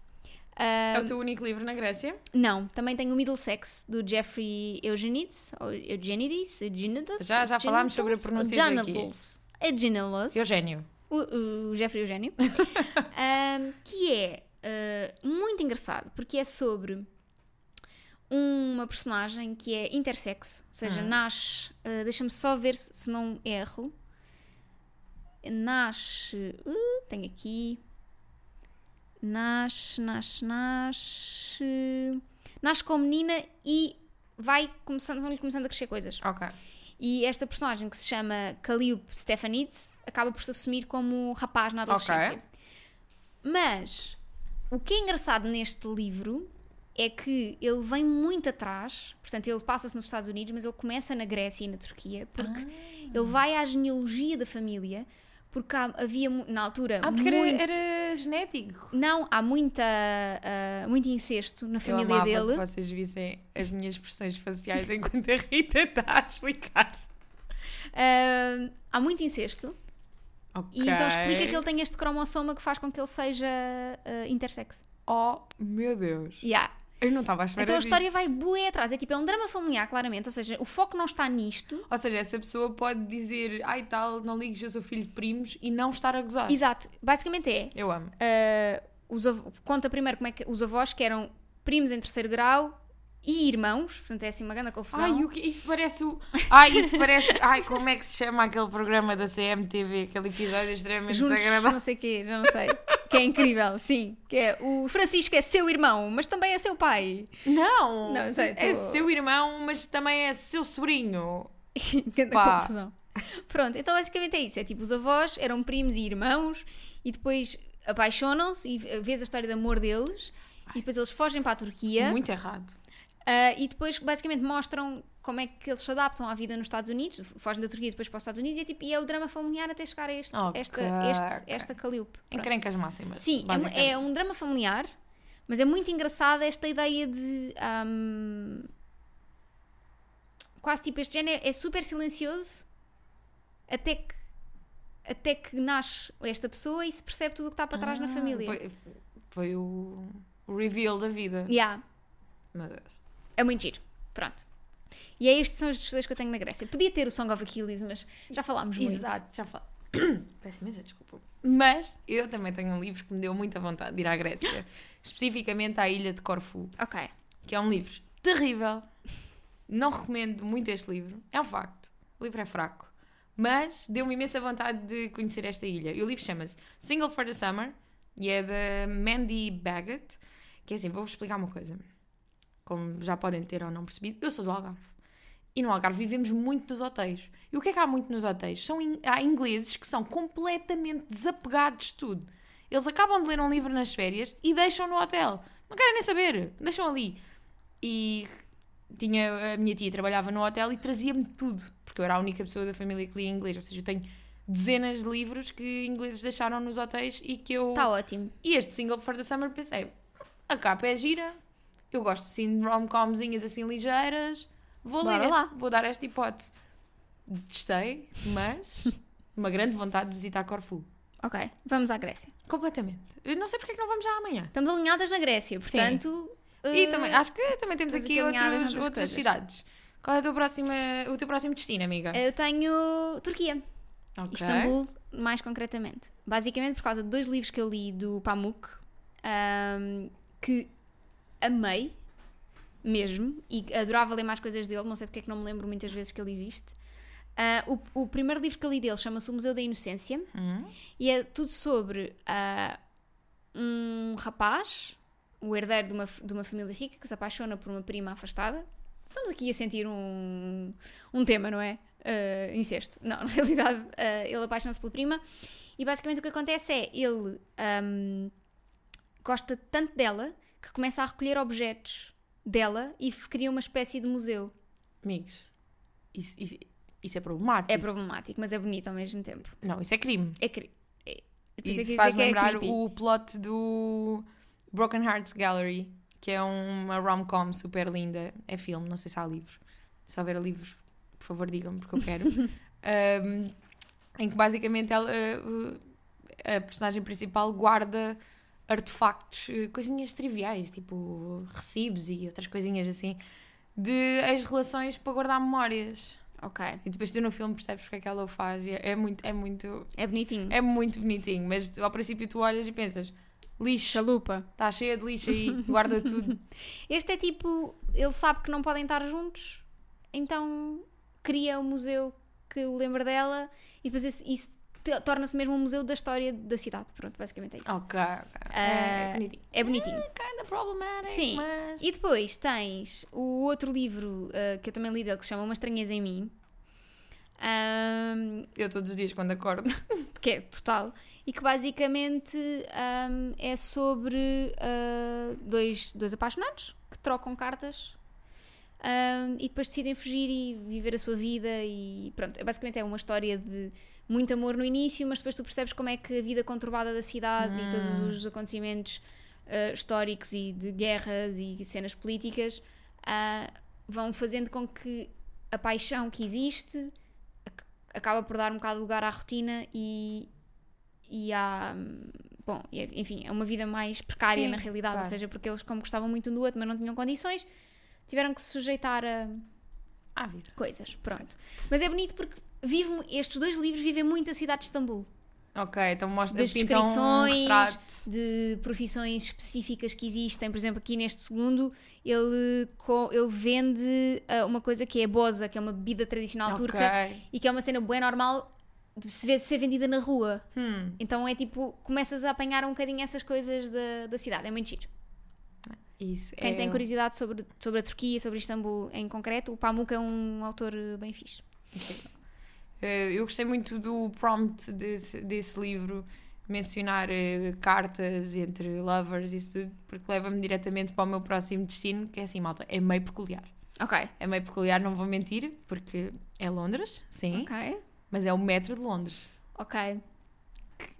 Speaker 1: Ah,
Speaker 2: É o teu único livro na Grécia?
Speaker 1: Não, também tenho o Middlesex, do Jeffrey Eugenides, ou Eugenides, Eugenides.
Speaker 2: Já- já falámos sobre a pronúncia aqui.
Speaker 1: Eugenides. Eugenides.
Speaker 2: Eugênio.
Speaker 1: O, o Jeffrey Eugênio, ahm, que é ah, muito engraçado, porque é sobre uma personagem que é intersexo, ou seja, nasce, ah, deixa-me só ver se, se não erro, nasce, uh, tenho aqui, nasce, nasce, nasce, nasce como menina e vai começando, vão-lhe começando a crescer coisas.
Speaker 2: Ok.
Speaker 1: E esta personagem, que se chama Caleb Stefanidis, acaba por se assumir como um rapaz na adolescência. Mas o que é engraçado neste livro é que ele vem muito atrás, portanto, ele passa-se nos Estados Unidos, mas ele começa na Grécia e na Turquia, porque
Speaker 2: Ah.
Speaker 1: ele vai à genealogia da família, porque há- havia, mu- na altura,
Speaker 2: Ah, porque
Speaker 1: muito-
Speaker 2: era, era genético.
Speaker 1: não, há muita, ah, muito incesto na
Speaker 2: Eu
Speaker 1: família
Speaker 2: amava
Speaker 1: dele.
Speaker 2: que vocês vissem as minhas expressões faciais enquanto a Rita está a explicar.
Speaker 1: Ah, há muito incesto. E
Speaker 2: Ok.
Speaker 1: então explica que ele tem este cromossoma que faz com que ele seja ah, intersexo.
Speaker 2: Oh, meu Deus.
Speaker 1: Yeah.
Speaker 2: Eu não estava à espera
Speaker 1: Então a
Speaker 2: disso.
Speaker 1: história vai bué atrás. É tipo, é um drama familiar, claramente. Ou seja, o foco não está nisto.
Speaker 2: Ou seja, essa pessoa pode dizer, ai tal, não ligues, eu sou filho de primos, e não estar a gozar.
Speaker 1: Exato. Basicamente é,
Speaker 2: Eu amo.
Speaker 1: ah, os av- conta primeiro como é que os avós que eram primos em terceiro grau e irmãos. Portanto, é assim uma grande confusão.
Speaker 2: Ai, o que- isso parece o... Ai, isso parece... Ai, como é que se chama aquele programa da CMTV? Aquele episódio extremamente
Speaker 1: Juntos,
Speaker 2: desagradável.
Speaker 1: não sei o quê, já não sei. Que é incrível, sim. Que é, o Francisco é seu irmão, mas também é seu pai.
Speaker 2: Não!
Speaker 1: Não, sei,
Speaker 2: É
Speaker 1: tô-
Speaker 2: seu irmão, mas também é seu sobrinho.
Speaker 1: Grande
Speaker 2: Pá.
Speaker 1: confusão. Pronto, então basicamente é isso. É tipo, os avós eram primos e irmãos e depois apaixonam-se e v- vês a história de amor deles e depois eles fogem para a Turquia
Speaker 2: Muito errado.
Speaker 1: ah, e depois basicamente mostram como é que eles se adaptam à vida nos Estados Unidos, f- fogem da Turquia depois para os Estados Unidos e é, tipo, e é o drama familiar até chegar a este,
Speaker 2: Ok,
Speaker 1: esta, este,
Speaker 2: ok.
Speaker 1: esta Calilpe. Pronto.
Speaker 2: Encrencas máximas.
Speaker 1: Sim, é um- é,
Speaker 2: basicamente.
Speaker 1: um drama familiar, mas é muito engraçada esta ideia de. ahm, quase tipo, este género é super silencioso até que, até que nasce esta pessoa e se percebe tudo o que está para trás na
Speaker 2: Ah,
Speaker 1: família.
Speaker 2: Foi, foi o o reveal da vida.
Speaker 1: Yeah,
Speaker 2: Meu Deus.
Speaker 1: é muito giro. Pronto. E é estes são os dois que eu tenho na Grécia. Podia ter o Song of Achilles, mas já falámos muito.
Speaker 2: Exato, já falo. Peço imensa desculpa. Mas eu também tenho um livro que me deu muita vontade de ir à Grécia. Especificamente à ilha de Corfu,
Speaker 1: Ok.
Speaker 2: que é um livro terrível. Não recomendo muito este livro. É um facto. O livro é fraco. Mas deu-me imensa vontade de conhecer esta ilha. E o livro chama-se Single for the Summer e é da Mandy Baggett. Que é assim, vou-vos explicar uma coisa. Como já podem ter ou não percebido, eu sou do Algarve. E no Algarve vivemos muito nos hotéis. E o que é que há muito nos hotéis? São in- Há ingleses que são completamente desapegados de tudo. Eles acabam de ler um livro nas férias e deixam no hotel. Não querem nem saber, deixam ali. E tinha, a minha tia trabalhava no hotel e trazia-me tudo, porque eu era a única pessoa da família que lia inglês. Ou seja, eu tenho dezenas de livros que ingleses deixaram nos hotéis e que eu.
Speaker 1: Está tá ótimo.
Speaker 2: E este single For the Summer pensei, a capa é gira, eu gosto assim de rom-comzinhas assim ligeiras, vou
Speaker 1: Bora
Speaker 2: ler,
Speaker 1: lá.
Speaker 2: vou dar esta hipótese. Detestei, mas uma grande vontade de visitar Corfu.
Speaker 1: Ok. Vamos à Grécia.
Speaker 2: Completamente. Eu não sei porque é que não vamos já amanhã.
Speaker 1: Estamos alinhadas na Grécia,
Speaker 2: Sim.
Speaker 1: portanto.
Speaker 2: E
Speaker 1: eh,
Speaker 2: também, acho que também temos
Speaker 1: estamos aqui
Speaker 2: aqui
Speaker 1: alinhadas
Speaker 2: outros,
Speaker 1: noutras
Speaker 2: outras
Speaker 1: coisas.
Speaker 2: cidades. Qual é a tua próxima, o teu próximo destino, amiga?
Speaker 1: Eu tenho Turquia.
Speaker 2: Ok.
Speaker 1: Istambul, mais concretamente. Basicamente por causa de dois livros que eu li do Pamuk, ahm, que amei mesmo e adorava ler mais coisas dele, não sei porque é que não me lembro muitas vezes que ele existe. Ah, o, o primeiro livro que eu li dele chama-se O Museu da Inocência
Speaker 2: Hum.
Speaker 1: e é tudo sobre ah, um rapaz, o herdeiro de uma, f- de uma família rica, que se apaixona por uma prima afastada. Estamos aqui a sentir um, um tema, não é? Ah, incesto. Não, na realidade, ah, ele apaixona-se pela prima e basicamente o que acontece é ele ahm, gosta tanto dela que começa a recolher objetos dela e f- cria uma espécie de museu.
Speaker 2: Amigos, isso, isso, isso é problemático.
Speaker 1: É problemático, mas é bonito ao mesmo tempo.
Speaker 2: Não, isso é crime.
Speaker 1: É cri- é- por isso é que
Speaker 2: Isso
Speaker 1: eu
Speaker 2: faz
Speaker 1: dizia que é
Speaker 2: lembrar
Speaker 1: creepy.
Speaker 2: o plot do Broken Hearts Gallery, que é uma rom-com super linda. É filme, não sei se há livro. se houver livros, por favor, digam-me, porque eu quero. Um, em que basicamente ela, uh, a personagem principal guarda artefactos, uh, coisinhas triviais, tipo recibos e outras coisinhas assim, de ex-relações para guardar memórias.
Speaker 1: Ok.
Speaker 2: E depois tu no filme percebes porque é que ela o faz. e É é muito, é muito,
Speaker 1: É bonitinho.
Speaker 2: é muito bonitinho. Mas tu, ao princípio tu olhas e pensas: lixo,
Speaker 1: Chalupa.
Speaker 2: está cheia de lixo aí, guarda tudo.
Speaker 1: Este é tipo, ele sabe que não podem estar juntos, então cria um museu que o lembra dela e depois esse- isso te- torna-se mesmo um museu da história da cidade. Pronto, basicamente é isso.
Speaker 2: ok, ok. É,
Speaker 1: Ah,
Speaker 2: é bonitinho.
Speaker 1: É bonitinho.
Speaker 2: Kinda problematic,
Speaker 1: Sim.
Speaker 2: mas.
Speaker 1: E depois tens o outro livro ah, que eu também li dele que se chama Uma Estranheza em Mim, ahm,
Speaker 2: Eu todos os dias quando acordo.
Speaker 1: que é total, e que basicamente ahm, é sobre ah, dois, dois apaixonados que trocam cartas ahm, e depois decidem fugir e viver a sua vida. E pronto, é basicamente é uma história de muito amor no início, mas depois tu percebes como é que a vida conturbada da cidade e todos os acontecimentos ah, históricos e de guerras e cenas políticas ah, vão fazendo com que a paixão que existe ac- acaba por dar um bocado de lugar à rotina e, e à. hum, Bom, e- enfim, é uma vida mais precária
Speaker 2: Sim,
Speaker 1: na realidade, ou
Speaker 2: claro.
Speaker 1: seja, porque eles, como gostavam muito um do outro, mas não tinham condições, tiveram que se sujeitar a
Speaker 2: Ah, vida.
Speaker 1: coisas. Pronto. Mas é bonito porque vive, mu- estes dois livros vivem muito a cidade de Istambul.
Speaker 2: Ok, então mostra
Speaker 1: Das
Speaker 2: pintam
Speaker 1: descrições,
Speaker 2: um retrato.
Speaker 1: de profissões específicas que existem. Por exemplo, aqui neste segundo, ele, co- ele vende ah, uma coisa que é boza, que é uma bebida tradicional
Speaker 2: Ok.
Speaker 1: turca e que é uma cena bem normal de se ver- ser vendida na rua.
Speaker 2: Hum.
Speaker 1: Então é tipo, começas a apanhar um bocadinho essas coisas da, da cidade. É muito giro.
Speaker 2: Isso.
Speaker 1: Quem
Speaker 2: é
Speaker 1: tem
Speaker 2: o-
Speaker 1: curiosidade sobre, sobre a Turquia, sobre Istambul em concreto, o Pamuk é um autor eh, bem fixe.
Speaker 2: Eh, eu gostei muito do prompt desse, desse livro, mencionar eh, cartas entre lovers e isso tudo, porque leva-me diretamente para o meu próximo destino, que é assim, malta, é meio peculiar.
Speaker 1: Ok.
Speaker 2: É meio peculiar, não vou mentir, porque é Londres, sim,
Speaker 1: Ok.
Speaker 2: mas é o metro de Londres.
Speaker 1: Ok.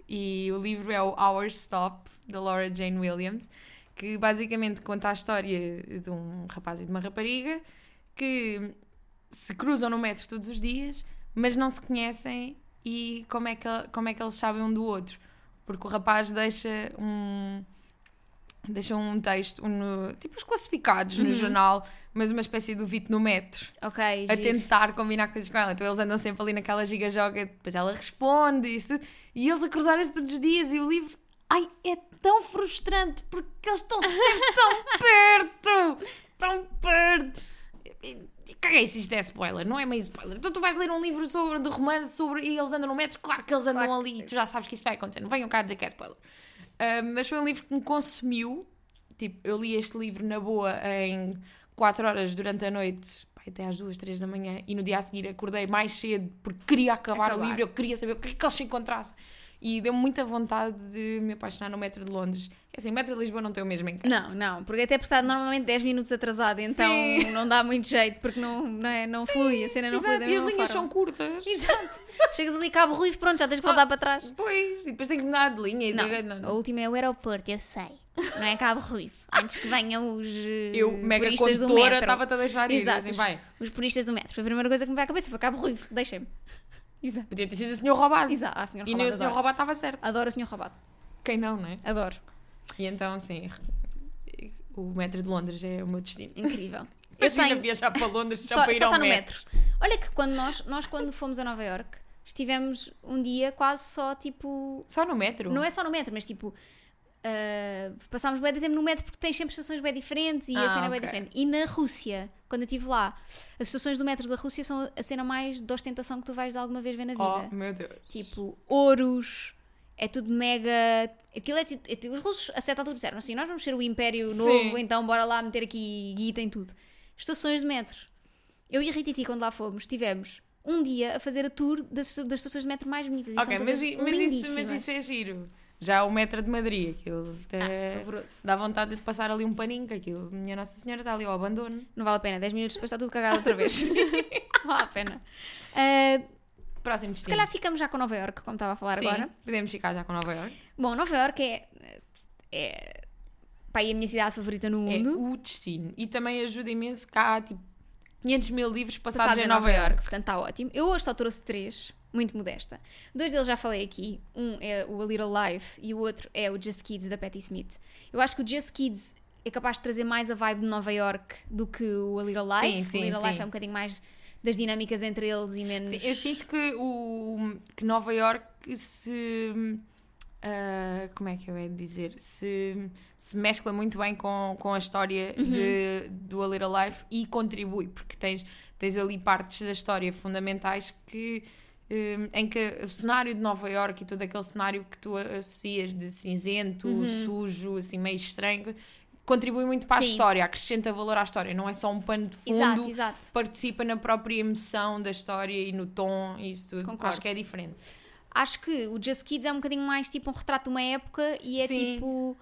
Speaker 2: E o livro é o Our Stop, da Laura Jane Williams, que basicamente conta a história de um rapaz e de uma rapariga que se cruzam no metro todos os dias, mas não se conhecem e como é que, como é que eles sabem um do outro. Porque o rapaz deixa um. Deixa um texto, um, tipo os classificados no jornal, mas uma espécie de vito no metro
Speaker 1: Ok.
Speaker 2: a
Speaker 1: giro.
Speaker 2: tentar combinar coisas com ela. Então eles andam sempre ali naquela giga-joga, depois ela responde e isso tudo. E eles a cruzarem-se todos os dias e o livro. Ai, é tão frustrante porque eles estão sempre tão perto! Tão perto! E- e Caguei se isto é spoiler, não é meio spoiler. Então tu vais ler um livro sobre, de romance sobre e eles andam no metro, claro que eles andam
Speaker 1: Claro que-
Speaker 2: ali e tu já sabes que isto vai acontecer. Não venham cá dizer que é spoiler. Ah, mas foi um livro que me consumiu. Tipo, eu li este livro na boa em 4 horas durante a noite, pá, até às 2, 3 da manhã, e no dia a seguir acordei mais cedo porque queria acabar,
Speaker 1: Acabar.
Speaker 2: o livro, eu queria saber o que é que eles se encontrassem. E deu-me muita vontade de me apaixonar no metro de Londres. É assim, o metro de Lisboa não tem o mesmo encanto.
Speaker 1: Não, não, porque até porque está normalmente 10 minutos atrasado, então
Speaker 2: Sim.
Speaker 1: não dá muito jeito, porque não, não, é, não flui, a cena não flui
Speaker 2: Exato,
Speaker 1: da
Speaker 2: e as
Speaker 1: mesma
Speaker 2: linhas são
Speaker 1: forma.
Speaker 2: curtas.
Speaker 1: Exato. Chegas ali, cabo ruivo, pronto, já tens que
Speaker 2: Ah.
Speaker 1: voltar para trás.
Speaker 2: Pois, e depois tem que mudar de linha. e
Speaker 1: Não,
Speaker 2: diga- não, não.
Speaker 1: a última é o aeroporto, eu sei. Não é cabo ruivo. Antes que venham os eh,
Speaker 2: Eu, mega
Speaker 1: puristas do
Speaker 2: condutora,
Speaker 1: metro.
Speaker 2: estava-te a deixar ir.
Speaker 1: Exato.
Speaker 2: Assim, vai.
Speaker 1: Os puristas do metro. Foi a primeira coisa que me veio à cabeça, foi cabo ruivo, deixem-me. Exato.
Speaker 2: Podia ter sido o senhor roubado.
Speaker 1: Exato. Ah, senhor
Speaker 2: E nem o
Speaker 1: roubado,
Speaker 2: senhor
Speaker 1: adoro.
Speaker 2: roubado estava certo.
Speaker 1: Adoro o senhor roubado.
Speaker 2: Quem não, não é?
Speaker 1: Adoro.
Speaker 2: E então, sim, o metro de Londres é o meu destino.
Speaker 1: Incrível. Eu
Speaker 2: Imagina
Speaker 1: tenho...
Speaker 2: viajar para Londres só,
Speaker 1: só,
Speaker 2: para ir
Speaker 1: só
Speaker 2: ao
Speaker 1: está no
Speaker 2: metro.
Speaker 1: metro. Olha que quando nós, nós quando fomos a Nova York estivemos um dia quase só tipo.
Speaker 2: Só no metro?
Speaker 1: Não é só no metro, mas tipo. ah, passámos bem de tempo no metro porque tens sempre estações bem diferentes e a
Speaker 2: Ah,
Speaker 1: cena é bem
Speaker 2: ok.
Speaker 1: diferente. E na Rússia, quando eu estive lá, as estações do metro da Rússia são a cena mais de ostentação que tu vais alguma vez ver na vida.
Speaker 2: Oh, meu Deus.
Speaker 1: Tipo, ouros, é tudo mega. Aquilo é, ti- é ti- os russos a certa altura disseram assim: nós vamos ser o império
Speaker 2: Sim.
Speaker 1: novo, então bora lá meter aqui guita em tudo. Estações de metro. Eu e a Rititi, quando lá fomos, tivemos um dia a fazer a tour das, das estações de metro mais bonitas. E
Speaker 2: ok,
Speaker 1: são
Speaker 2: mas,
Speaker 1: todas
Speaker 2: i- mas isso, mas
Speaker 1: lindíssimas.
Speaker 2: isso é giro. Já o metro de Madrid, aquilo
Speaker 1: Ah,
Speaker 2: até
Speaker 1: horroroso.
Speaker 2: dá vontade de passar ali um paninho, que aquilo, minha Nossa Senhora, está ali ao abandono.
Speaker 1: Não vale a pena, 10 minutos depois está tudo cagado outra vez. não vale a pena. Ah,
Speaker 2: Próximo
Speaker 1: se
Speaker 2: destino.
Speaker 1: calhar ficamos já com Nova York, como estava a falar
Speaker 2: Sim,
Speaker 1: agora.
Speaker 2: Podemos ficar já com Nova York.
Speaker 1: Bom, Nova York é. é pá, e a minha cidade favorita no
Speaker 2: É
Speaker 1: mundo.
Speaker 2: o destino. E também ajuda imenso cá, tipo, 500 mil livros passados, em é Nova York.
Speaker 1: Portanto, está ótimo. Eu hoje só trouxe três, muito modesta. Dois deles já falei aqui. Um é o A Little Life e o outro é o Just Kids, da Patti Smith. Eu acho que o Just Kids é capaz de trazer mais a vibe de Nova York do que o A Little Life.
Speaker 2: Sim, sim,
Speaker 1: o Little
Speaker 2: sim.
Speaker 1: Life é um bocadinho mais das dinâmicas entre eles e menos...
Speaker 2: Sim, eu sinto que, o, que Nova York se. ah, como é que eu ia dizer? Se, se mescla muito bem com, com a história
Speaker 1: Uhum.
Speaker 2: de, do A Little Life e contribui, porque tens, tens ali partes da história fundamentais que. hum, em que o cenário de Nova York e todo aquele cenário que tu a- associas de cinzento,
Speaker 1: Uhum.
Speaker 2: sujo, assim meio estranho, contribui muito
Speaker 1: Sim.
Speaker 2: para a história, acrescenta valor à história, não é só um pano de fundo
Speaker 1: Exato, exato.
Speaker 2: participa na própria emoção da história e no tom e isso tudo.
Speaker 1: Concordo.
Speaker 2: Acho que é diferente.
Speaker 1: Acho que o Just Kids é um bocadinho mais tipo um retrato de uma época e é
Speaker 2: Sim.
Speaker 1: tipo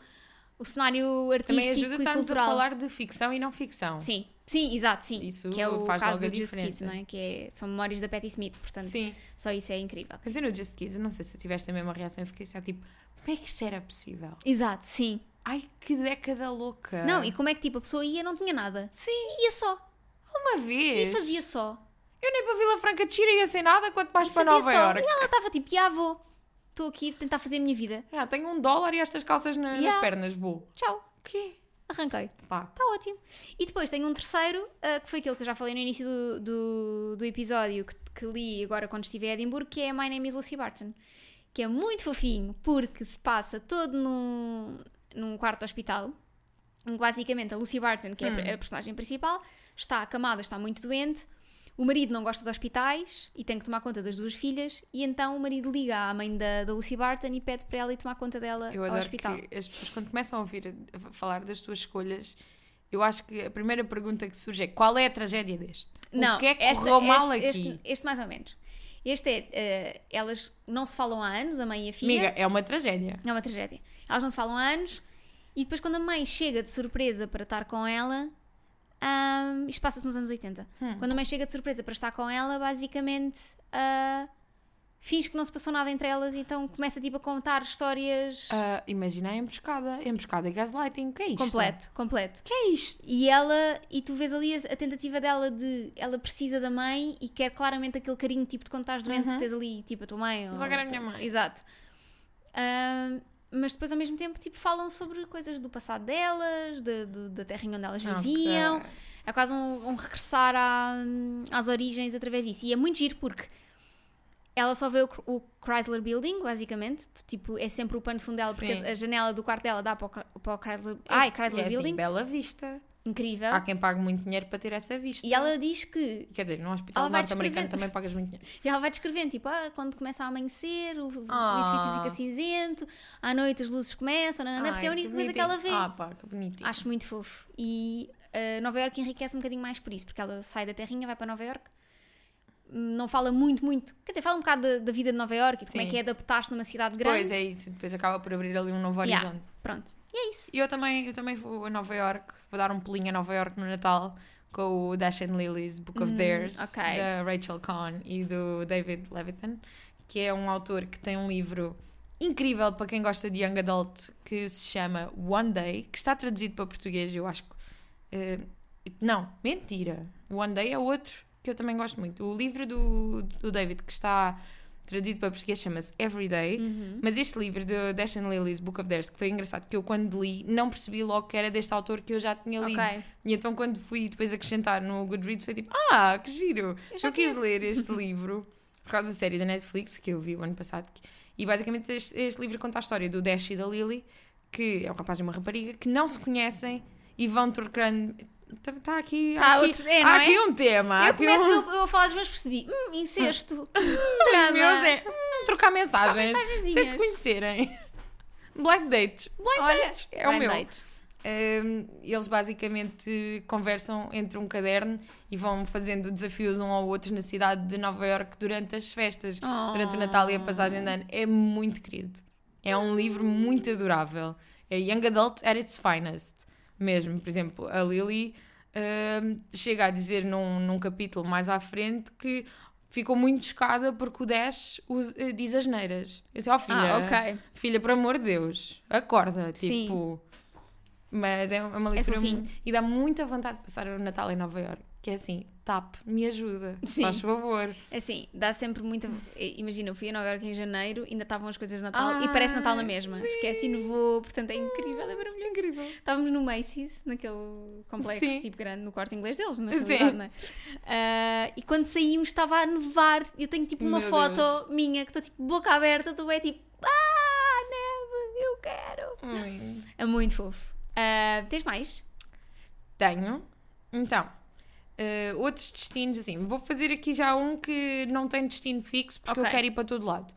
Speaker 1: o cenário artístico
Speaker 2: Também ajuda
Speaker 1: e
Speaker 2: estarmos
Speaker 1: cultural.
Speaker 2: a falar de ficção e não ficção.
Speaker 1: Sim, sim, exato, sim.
Speaker 2: Isso
Speaker 1: que é o
Speaker 2: faz
Speaker 1: caso
Speaker 2: logo a
Speaker 1: do Just Kids,
Speaker 2: diferença.
Speaker 1: não é? Que é- são memórias da Patti Smith, portanto,
Speaker 2: Sim.
Speaker 1: só isso é incrível.
Speaker 2: Quer dizer, no Just Kids, eu não sei se eu tiveste a mesma reação, eu fiquei assim, tipo, como é que isto era possível?
Speaker 1: Exato, sim.
Speaker 2: Ai, que década louca.
Speaker 1: Não, e como é que tipo a pessoa ia não tinha nada?
Speaker 2: Ah. Sim,
Speaker 1: Ia só,
Speaker 2: uma
Speaker 1: e
Speaker 2: vez.
Speaker 1: fazia só.
Speaker 2: Eu nem para Vila Franca de Xira ia sem nada, quanto mais para
Speaker 1: fazia
Speaker 2: Nova
Speaker 1: só.
Speaker 2: Iorque.
Speaker 1: E ela estava tipo, já vou, estou aqui, vou tentar fazer a minha vida.
Speaker 2: Ah, tenho um dólar e estas calças na-
Speaker 1: Yeah.
Speaker 2: nas pernas, vou.
Speaker 1: Tchau,
Speaker 2: O quê?
Speaker 1: arranquei.
Speaker 2: Pá.
Speaker 1: Está Tá ótimo. E depois tem um terceiro, ah, que foi aquele que eu já falei no início do, do, do episódio, que, que li agora quando estive em Edimburgo, que é My Name is Lucy Barton. Que é muito fofinho, porque se passa todo num, num quarto de hospital, em que basicamente a Lucy Barton, que é a
Speaker 2: Hum.
Speaker 1: per- a personagem principal, está acamada, está muito doente, o marido não gosta de hospitais e tem que tomar conta das duas filhas, e então o marido liga à mãe da, da Lucy Barton e pede para ela ir tomar conta dela
Speaker 2: Eu
Speaker 1: ao
Speaker 2: adoro
Speaker 1: hospital.
Speaker 2: que as pessoas quando começam a ouvir a- a falar das tuas escolhas, eu acho que a primeira pergunta que surge é qual é a tragédia deste? o que é que
Speaker 1: esta-
Speaker 2: correu mal
Speaker 1: este,
Speaker 2: aqui?
Speaker 1: Este, este mais ou menos. Este é, eh, elas não se falam há anos, a mãe e a filha.
Speaker 2: Amiga, é uma tragédia.
Speaker 1: É uma tragédia. Elas não se falam há anos e depois quando a mãe chega de surpresa para estar com ela, ahm, isto passa-se nos anos 80.
Speaker 2: Hum.
Speaker 1: Quando a mãe chega de surpresa para estar com ela, basicamente ah, finge que não se passou nada entre elas e então começa tipo a contar histórias
Speaker 2: Ah, imagina a emboscada, a emboscada e gaslighting, o que é isto?
Speaker 1: completo, completo.
Speaker 2: O que é isto?
Speaker 1: E ela, e tu vês ali a, a tentativa dela de. Ela precisa da mãe e quer claramente aquele carinho tipo de quando estás doente que tens ali, tipo a tua mãe. ou-
Speaker 2: Uhum. Só quero a minha mãe.
Speaker 1: Exato. Ahm, mas depois ao mesmo tempo tipo, falam sobre coisas do passado delas, de- do- da terrinha onde elas viviam.
Speaker 2: Ah, Ok. assim,
Speaker 1: É quase um, um regressar à- às origens através disso. E é muito giro porque ela só vê o, Chr- o Chrysler Building, basicamente. Tipo, é sempre o pano de fundo dela, porque
Speaker 2: Sim.
Speaker 1: a, a janela do quarto dela dá para o, Chr- para o Chrysler, ai,
Speaker 2: Esse-
Speaker 1: Chrysler
Speaker 2: é assim,
Speaker 1: Building.
Speaker 2: bela vista.
Speaker 1: Incrível.
Speaker 2: Há quem pague muito dinheiro para ter essa vista.
Speaker 1: E ela diz que.
Speaker 2: Quer dizer, num hospital
Speaker 1: Ela vai
Speaker 2: norte-americano
Speaker 1: descrevendo-
Speaker 2: também pagas muito dinheiro.
Speaker 1: E ela vai descrevendo, tipo, ah, quando começa a amanhecer, o, o
Speaker 2: Ah.
Speaker 1: edifício fica cinzento, à noite as luzes começam, não, não, não, porque é a
Speaker 2: Ai,
Speaker 1: única coisa que
Speaker 2: bonitinho.
Speaker 1: ela vê.
Speaker 2: Ah, pá, que bonitinho.
Speaker 1: Acho muito fofo. E ah, Nova York enriquece um bocadinho mais por isso, porque ela sai da terrinha, vai para Nova York. Não fala muito, muito. Quer dizer, fala um bocado da, da vida de Nova York e de como é
Speaker 2: Sim.
Speaker 1: que é adaptar-se numa cidade grande.
Speaker 2: Pois é isso, depois acaba por abrir ali um novo
Speaker 1: Yeah.
Speaker 2: horizonte.
Speaker 1: Pronto. E é isso.
Speaker 2: E eu também, eu também vou a Nova York, vou dar um pulinho a Nova York no Natal com o Dash and Lily's Book of
Speaker 1: Hum,
Speaker 2: Theirs,
Speaker 1: ok.
Speaker 2: da Rachel Cohn e do David Levitan, que é um autor que tem um livro incrível para quem gosta de young adult que se chama One Day, que está traduzido para português, eu acho que. eh, não, mentira. One Day é outro que eu também gosto muito. O livro do, do David que está traduzido para português chama-se Everyday. Mas este livro de Dash and Lily's Book of Theirs, que foi engraçado, que eu quando li, não percebi logo que era deste autor que eu já tinha lido.
Speaker 1: Ok.
Speaker 2: E então quando fui depois acrescentar no Goodreads, foi tipo, ah, que giro!
Speaker 1: Eu
Speaker 2: Eu,
Speaker 1: já
Speaker 2: quis
Speaker 1: conheço."
Speaker 2: ler este livro por causa da série da Netflix que eu vi o ano passado. que- E basicamente este, este livro conta a história do Dash e da Lily, que é um rapaz e uma rapariga, que não se conhecem e vão trocando. Está aqui,
Speaker 1: Tá,
Speaker 2: há aqui,
Speaker 1: outro- é,
Speaker 2: há
Speaker 1: não é?
Speaker 2: aqui um tema. há
Speaker 1: eu
Speaker 2: aqui
Speaker 1: começo
Speaker 2: um...
Speaker 1: eu, eu a falar dos meus, percebi. Hum, incesto.
Speaker 2: Os
Speaker 1: Os
Speaker 2: meus é hum, trocar mensagens. Sem
Speaker 1: mensagenzinhas.
Speaker 2: se conhecerem. Blind dates. Blind
Speaker 1: Olha,
Speaker 2: dates. É o meu.
Speaker 1: Dates.
Speaker 2: Hum, eles basicamente conversam entre um caderno e vão fazendo desafios um ao outro na cidade de Nova York durante as festas,
Speaker 1: Oh.
Speaker 2: durante o Natal e a passagem de ano. É muito querido. É um livro muito adorável. É Young Adult at its finest. Mesmo, por exemplo, a Lily hum, chega a dizer num, num capítulo mais à frente que ficou muito chocada porque o Dash us- eh, diz as neiras. Eu disse, ó filha,
Speaker 1: Ah, ok.
Speaker 2: Filha, por amor de Deus, acorda,
Speaker 1: Sim.
Speaker 2: tipo. Mas é uma leitura
Speaker 1: fofinho.
Speaker 2: mu- e dá muita vontade de passar o Natal em Nova Iorque. que é assim, TAP, me ajuda,
Speaker 1: Sim.
Speaker 2: faz favor.
Speaker 1: Assim, dá sempre muita. Imagina, eu fui a Nova Iorque em janeiro, ainda estavam as coisas de Natal e
Speaker 2: Ah,
Speaker 1: parece Natal na mesma.
Speaker 2: sim.
Speaker 1: Esquece e nevou, portanto é incrível, é maravilhoso.
Speaker 2: Incrível.
Speaker 1: Estávamos no Macy's, naquele complexo
Speaker 2: Sim.
Speaker 1: tipo grande, no quarto inglês deles, na
Speaker 2: Sim.
Speaker 1: realidade, não é? Ah, e quando saímos estava a nevar. Eu tenho tipo uma
Speaker 2: Meu
Speaker 1: foto minha que estou tipo boca aberta, estou é tipo, ah, neve, eu quero.
Speaker 2: Hum.
Speaker 1: É muito fofo. Ah, tens mais?
Speaker 2: Tenho. Então, eh, outros destinos, assim, vou fazer aqui já um que não tem destino fixo porque eu
Speaker 1: Ok.
Speaker 2: quero ir para todo lado.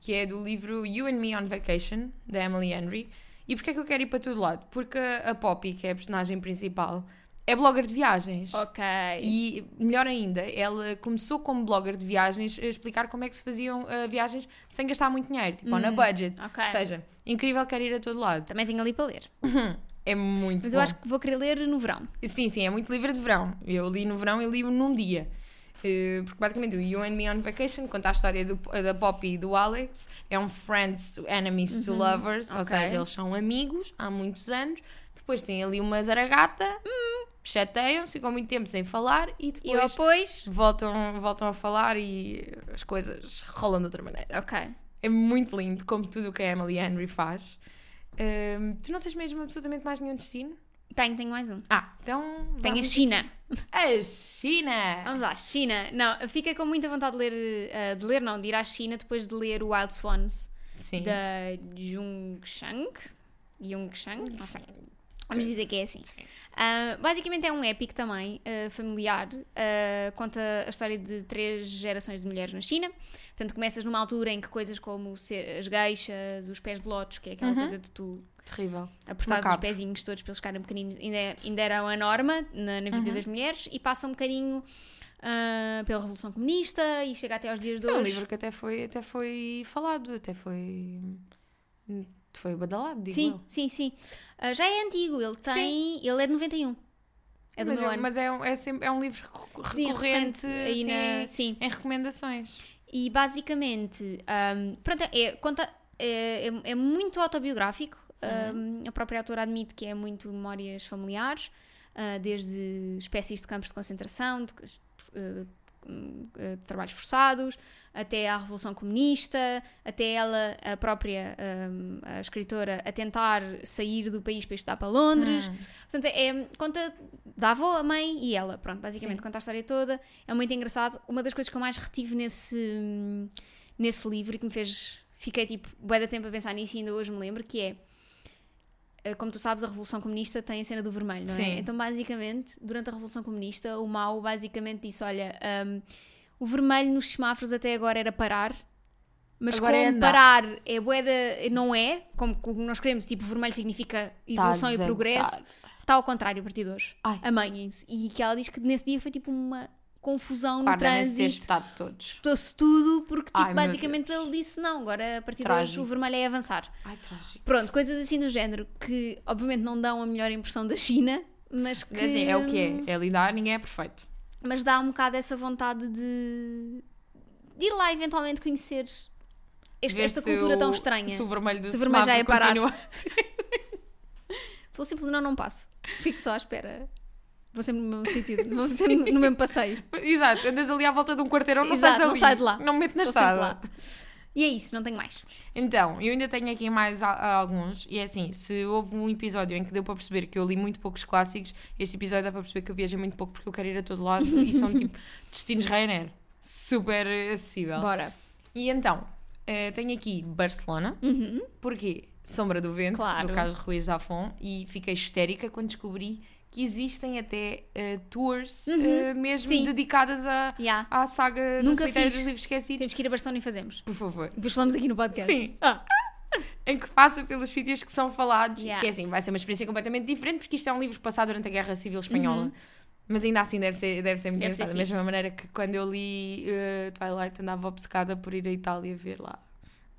Speaker 2: Que é do livro You and Me on Vacation, da Emily Henry. E porquê é que eu quero ir para todo lado? Porque a a Poppy, que é a personagem principal, é blogger de viagens.
Speaker 1: Ok.
Speaker 2: E melhor ainda, ela começou como blogger de viagens a explicar como é que se faziam ah, viagens sem gastar muito dinheiro, tipo, on a budget.
Speaker 1: Hum, ok.
Speaker 2: Ou seja, incrível, quero ir a todo lado.
Speaker 1: Também tenho ali para ler.
Speaker 2: É muito
Speaker 1: Mas
Speaker 2: bom.
Speaker 1: eu acho que vou querer ler no verão.
Speaker 2: Sim, sim, é muito livre de verão. Eu li no verão e li-o num dia. Eh, Porque basicamente o You and Me on Vacation conta a história do- da Poppy e do Alex. É um friends to enemies to lovers, ou
Speaker 1: Uhum. ok.
Speaker 2: seja, eles são amigos há muitos anos. Depois tem ali uma zaragata, chateiam-se, ficam muito tempo sem falar e
Speaker 1: Hum. E eu
Speaker 2: depois
Speaker 1: depois.
Speaker 2: voltam, voltam a falar e as coisas rolam de outra maneira.
Speaker 1: Ok.
Speaker 2: É muito lindo, como tudo o que a Emily Henry faz. Eh, tu não tens mesmo absolutamente mais nenhum destino?
Speaker 1: Tenho, tenho mais um.
Speaker 2: Ah, então.
Speaker 1: Tenho a
Speaker 2: vamos
Speaker 1: China.
Speaker 2: a China!
Speaker 1: Vamos lá, China. Não, fica com muita vontade de ler, eh, de ler não, de ir à China depois de ler o Wild Swans
Speaker 2: Sim.
Speaker 1: da Jung Shang. Jung Shang? Não sei.
Speaker 2: Sim.
Speaker 1: Vamos dizer que é assim.
Speaker 2: Sim.
Speaker 1: Ah, basicamente é um épico também, ah, familiar. Ah, conta a história de três gerações de mulheres na China. Portanto, começas numa altura em que coisas como ser- as geixas, os pés de lotos, que é aquela coisa de tu
Speaker 2: Terrível.
Speaker 1: apertados os
Speaker 2: Macabro.
Speaker 1: pezinhos todos para eles ficarem pequeninos, ainda, é- ainda eram a norma na, na
Speaker 2: Uhum.
Speaker 1: vida das mulheres, e passa um bocadinho ah, pela Revolução Comunista e chega até aos dias de
Speaker 2: É um
Speaker 1: hoje.
Speaker 2: livro que até foi, até foi falado, até foi. Foi badalado, digo
Speaker 1: sim,
Speaker 2: eu.
Speaker 1: sim, sim. Ah, já é antigo, ele tem. Ele é de 91. É do
Speaker 2: mas
Speaker 1: meu
Speaker 2: é,
Speaker 1: ano.
Speaker 2: mas é, um- é sempre- é um livro recu-
Speaker 1: Sim,
Speaker 2: recorrente
Speaker 1: aí
Speaker 2: assim,
Speaker 1: na- sim.
Speaker 2: em recomendações.
Speaker 1: E basicamente, ahm, pronto, é, conta, é, é- é muito autobiográfico. Ahm, a própria autora admite que é muito memórias familiares, ah, desde espécies de campos de concentração, de, eh, hum, eh, de trabalhos forçados, até à Revolução Comunista, até ela, a própria ahm, a escritora, a tentar sair do país para estudar para Londres. Portanto, é, conta da avó, a mãe e ela. Pronto, basicamente conta a história toda. É muito engraçado. Uma das coisas que eu mais retive nesse, hum, nesse livro e que me fez. Fiquei tipo, bué de tempo a pensar nisso e ainda hoje me lembro, que é. eh, Como tu sabes, a Revolução Comunista tem a cena do vermelho, não é?
Speaker 2: Sim.
Speaker 1: Então, basicamente, durante a Revolução Comunista, o Mao basicamente disse: Olha, hum, o vermelho nos semáforos até agora era parar, mas
Speaker 2: Agora é
Speaker 1: como
Speaker 2: andar.
Speaker 1: parar é boeda, não é, como que nós queremos, tipo, vermelho significa evolução e
Speaker 2: Estás a
Speaker 1: progresso,
Speaker 2: gozar.
Speaker 1: está ao contrário a partir de hoje.
Speaker 2: Tá Ai.
Speaker 1: Amanhem-se. E que ela diz que nesse dia foi tipo uma confusão no
Speaker 2: Claro, devem ter
Speaker 1: um trânsito.
Speaker 2: estado todos.
Speaker 1: Estou-se tudo porque, tipo,
Speaker 2: Ai, meu
Speaker 1: basicamente ele disse não, agora a partir de hoje
Speaker 2: Trágico.
Speaker 1: o vermelho é avançar.
Speaker 2: Ai, trágico.
Speaker 1: Pronto, coisas assim do género que obviamente não dão a melhor impressão da China, mas que
Speaker 2: É Assim, é o que é. É lidar, ninguém é perfeito.
Speaker 1: mas dá um bocado essa vontade de, de ir lá eventualmente conhecer este-
Speaker 2: Ver
Speaker 1: esta
Speaker 2: se
Speaker 1: cultura
Speaker 2: o-
Speaker 1: tão estranha.
Speaker 2: Se o vermelho do
Speaker 1: Se o vermelho já é
Speaker 2: semáforo
Speaker 1: parar.
Speaker 2: continua-
Speaker 1: Pelo simples não, não passo. Fico só à espera. Vou sempre no mesmo sentido, vou sempre no mesmo passeio.
Speaker 2: Exato, andas ali à volta de um quarteirão, não
Speaker 1: Exato,
Speaker 2: sais dali.
Speaker 1: não sai de lá.
Speaker 2: Não me mete na
Speaker 1: Estou sempre
Speaker 2: estrada.
Speaker 1: lá. E é isso, não tenho mais.
Speaker 2: Então, eu ainda tenho aqui mais a- a alguns, e é assim, se houve um episódio em que deu para perceber que eu li muito poucos clássicos, este episódio dá para perceber que eu viajei muito pouco porque eu quero ir a todo lado e são tipo destinos Ryanair, super acessível.
Speaker 1: Bora.
Speaker 2: E então, eh, tenho aqui Barcelona, porque Sombra do Vento,
Speaker 1: Uhum. Claro.
Speaker 2: do Carlos Ruiz Zafon, e fiquei histérica quando descobri que existem até eh, tours eh, mesmo
Speaker 1: Uhum. Sim.
Speaker 2: dedicadas à,
Speaker 1: Yeah.
Speaker 2: à saga dos
Speaker 1: Nunca
Speaker 2: Cemitérios
Speaker 1: fiz.
Speaker 2: dos Livros Esquecidos.
Speaker 1: Temos que ir a Barcelona e fazemos.
Speaker 2: Por favor
Speaker 1: Depois falamos aqui no podcast.
Speaker 2: Sim.
Speaker 1: Ah,
Speaker 2: em que passa pelos sítios que são falados,
Speaker 1: Yeah.
Speaker 2: que é assim, vai ser uma experiência completamente diferente, porque isto é um livro passado durante a Guerra Civil Espanhola. Mas ainda assim deve ser, deve ser muito
Speaker 1: Uhum. Deve ser
Speaker 2: engraçado. Da
Speaker 1: fixe.
Speaker 2: mesma maneira que quando eu li eh, Twilight andava obcecada por ir à Itália ver lá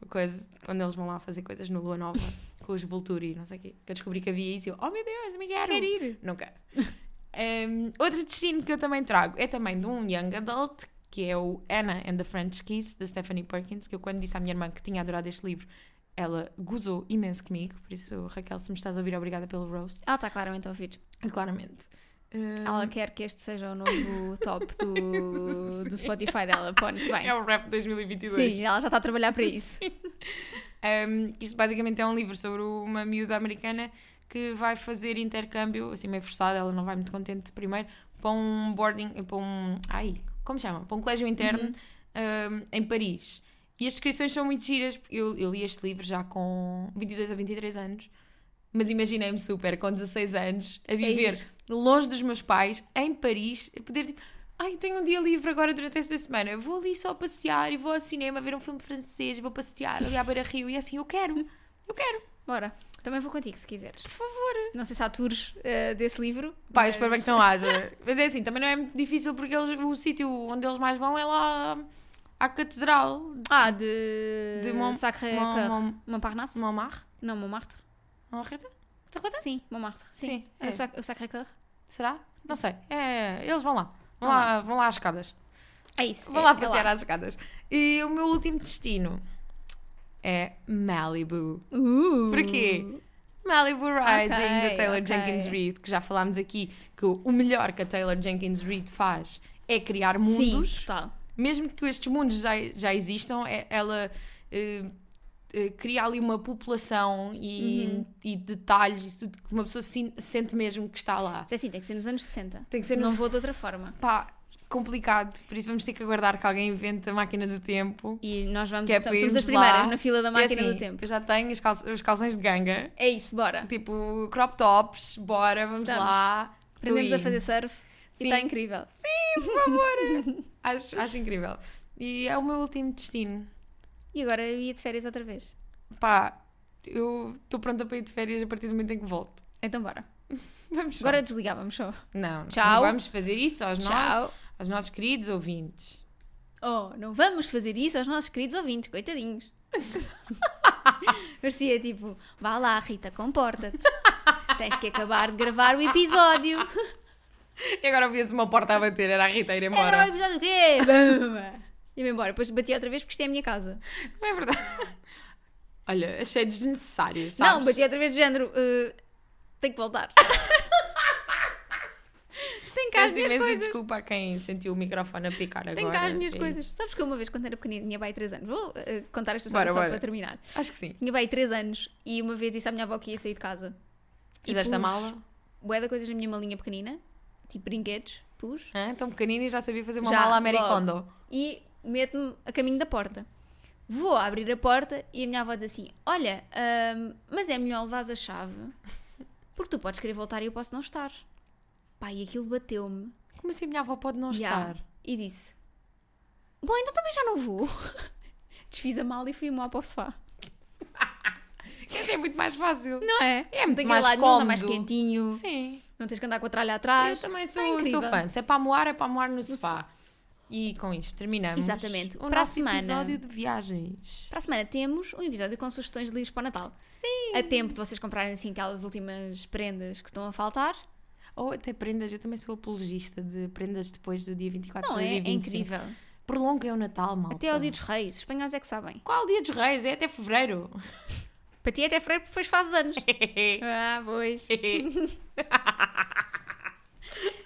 Speaker 2: a coisa, quando eles vão lá fazer coisas no Lua Nova com os Vulturi, não sei o quê. Que eu descobri que havia isso e eu, oh meu Deus, me quero!
Speaker 1: quero ir.
Speaker 2: Nunca. Um, outro destino que eu também trago é também de um young adult, que é o Anna and the French Kiss, da Stephanie Perkins, que eu quando disse à minha irmã que tinha adorado este livro, ela gozou imenso comigo, por isso, Raquel, se me estás a ouvir, obrigada pelo roast.
Speaker 1: Ela está claramente a ouvir.
Speaker 2: Claramente. Ah,
Speaker 1: Ela quer que este seja o novo top do, do Spotify dela, pô, muito bem.
Speaker 2: é o rap 2022.
Speaker 1: Sim, ela já está a trabalhar para isso.
Speaker 2: Um, isto basicamente é um livro sobre uma miúda americana que vai fazer intercâmbio, assim meio forçada, ela não vai muito contente primeiro, para um boarding, para um. Ai, como chama? Para um colégio interno
Speaker 1: Uhum.
Speaker 2: um, em Paris. E as descrições são muito giras, porque eu, eu li este livro já com 22 a 23 anos, mas imaginei-me super, com 16 anos, a viver longe dos meus pais, em Paris, a poder tipo. Ai, tenho um dia livre agora durante esta semana. Vou ali só passear e vou ao cinema ver um filme francês, vou passear ali à beira rio e assim, eu quero, eu quero,
Speaker 1: Bora, também vou contigo se quiseres.
Speaker 2: por favor.
Speaker 1: Não sei se há tours eh, desse livro.
Speaker 2: Pá, eu
Speaker 1: mas-
Speaker 2: espero bem que não haja. Mas é assim, também não é muito difícil porque eles- o sítio onde eles mais vão é lá à Catedral de
Speaker 1: Ah, de.
Speaker 2: De Mont-
Speaker 1: Sacré-Cœur.
Speaker 2: Mont- Mont-
Speaker 1: Montparnasse?
Speaker 2: Montmartre.
Speaker 1: Não, Montmartre.
Speaker 2: Montmartre? Outra coisa?
Speaker 1: Sim, Montmartre. Sim.
Speaker 2: Tá. Sim,
Speaker 1: É
Speaker 2: é.
Speaker 1: O, sac o Sacré-Cœur.
Speaker 2: Será? Não sei. É, eles vão lá. Vão
Speaker 1: Vão
Speaker 2: lá, vão lá às escadas.
Speaker 1: É isso.
Speaker 2: Vou
Speaker 1: é-
Speaker 2: lá
Speaker 1: é
Speaker 2: passear às escadas. E o meu último destino é Malibu.
Speaker 1: Uh.
Speaker 2: Porquê? Malibu Rising, da
Speaker 1: Ok,
Speaker 2: Taylor
Speaker 1: ok.
Speaker 2: Jenkins Reid, que já falámos aqui, que o melhor que a Taylor Jenkins Reid faz é criar mundos.
Speaker 1: Sim, total.
Speaker 2: Mesmo que estes mundos já, já existam, é- ela eh, eh, cria ali uma população e, e detalhes, isso tudo, que uma pessoa sin- sente mesmo que está lá.
Speaker 1: Mas é assim, tem que ser nos anos 60.
Speaker 2: Tem que ser
Speaker 1: Não vou de outra forma.
Speaker 2: pá, complicado, por isso vamos ter que aguardar que alguém invente a máquina do tempo.
Speaker 1: E nós vamos.
Speaker 2: Que é
Speaker 1: então,
Speaker 2: para
Speaker 1: somos as
Speaker 2: irmos lá.
Speaker 1: primeiras na fila da
Speaker 2: E
Speaker 1: máquina
Speaker 2: assim,
Speaker 1: do tempo.
Speaker 2: Eu já tenho os, calç- os calções de ganga,
Speaker 1: É isso, bora.
Speaker 2: tipo crop tops, bora, vamos
Speaker 1: Vamos.
Speaker 2: lá.
Speaker 1: Aprendemos a
Speaker 2: Ui.
Speaker 1: fazer surf
Speaker 2: Sim.
Speaker 1: e está incrível.
Speaker 2: Acho, acho incrível. E é o meu último destino.
Speaker 1: E agora eu ia de férias outra vez.
Speaker 2: Pá, eu estou pronta para ir de férias a partir do momento em que volto.
Speaker 1: Então bora.
Speaker 2: Vamos só.
Speaker 1: Agora desligávamos só.
Speaker 2: Não, não
Speaker 1: Tchau.
Speaker 2: vamos fazer isso aos, nós,
Speaker 1: Tchau.
Speaker 2: aos nossos queridos ouvintes.
Speaker 1: Oh, não vamos fazer isso aos nossos queridos ouvintes, coitadinhos. Parecia tipo, vá lá, Rita, comporta-te. Tens que acabar de gravar o episódio.
Speaker 2: E agora ouvias uma porta a bater, era a Rita a ir
Speaker 1: É gravar o
Speaker 2: embora.
Speaker 1: episódio o quê? Bum! Ia-me embora. Depois bati outra vez porque isto é a minha casa.
Speaker 2: Não é verdade. Olha, achei desnecessário,
Speaker 1: Não,
Speaker 2: sabes?
Speaker 1: bati outra vez de género. eh, tenho que voltar. Tem cá as
Speaker 2: Peço
Speaker 1: minhas
Speaker 2: imensa
Speaker 1: coisas.
Speaker 2: desculpa a quem sentiu o microfone a picar assim agora.
Speaker 1: Tenho cá as minhas
Speaker 2: É
Speaker 1: coisas. Sabes que eu uma vez, quando era pequenina, tinha bem 3 anos. Vou eh, contar esta
Speaker 2: Bora,
Speaker 1: história só
Speaker 2: bora.
Speaker 1: para terminar.
Speaker 2: isso. Acho que sim.
Speaker 1: Tinha bem 3 anos e uma vez disse à minha avó que ia sair de casa.
Speaker 2: Fizeste a
Speaker 1: pus
Speaker 2: mala?
Speaker 1: bué de coisas na minha malinha pequenina, tipo brinquedos, pus,
Speaker 2: Hã? Tão pequenina e já sabia fazer uma
Speaker 1: Já,
Speaker 2: mala Mary
Speaker 1: logo.
Speaker 2: Kondo.
Speaker 1: e meto-me a caminho da porta. Vou abrir a porta e a minha avó diz assim: Olha, hum, mas é melhor levares a chave, porque tu podes querer voltar e eu posso não estar. Pá, e aquilo bateu-me.
Speaker 2: Como assim a minha avó pode não
Speaker 1: Ya.
Speaker 2: estar?
Speaker 1: E disse: Bom, então também já não vou. Desfiz a mala e fui mal para o sofá.
Speaker 2: Isso é muito mais fácil.
Speaker 1: Não é?
Speaker 2: É muito
Speaker 1: Daquele
Speaker 2: mais
Speaker 1: lado não está mais
Speaker 2: cómodo.
Speaker 1: quentinho,
Speaker 2: Sim.
Speaker 1: não tens Tá, que andar com a tralha atrás.
Speaker 2: eu também
Speaker 1: Está
Speaker 2: sou,
Speaker 1: incrível.
Speaker 2: sou fã. Se é para amoar, é para amoar no, sofá. E com isto terminamos
Speaker 1: Exatamente.
Speaker 2: o
Speaker 1: Para a
Speaker 2: nosso
Speaker 1: semana.
Speaker 2: episódio de viagens.
Speaker 1: Para a semana temos um episódio com sugestões de livros para o Natal.
Speaker 2: Sim.
Speaker 1: a tempo de vocês comprarem assim aquelas últimas prendas que estão a faltar.
Speaker 2: Ou até prendas. Eu também sou apologista de prendas depois do dia 24
Speaker 1: Não
Speaker 2: do
Speaker 1: é?
Speaker 2: dia
Speaker 1: É
Speaker 2: 25.
Speaker 1: incrível.
Speaker 2: Prolonguem o Natal, malta.
Speaker 1: Até ao dia dos reis, os espanhóis é que sabem.
Speaker 2: Qual dia dos reis? É até fevereiro.
Speaker 1: Para ti é até freio porque depois fazes anos. ah, pois.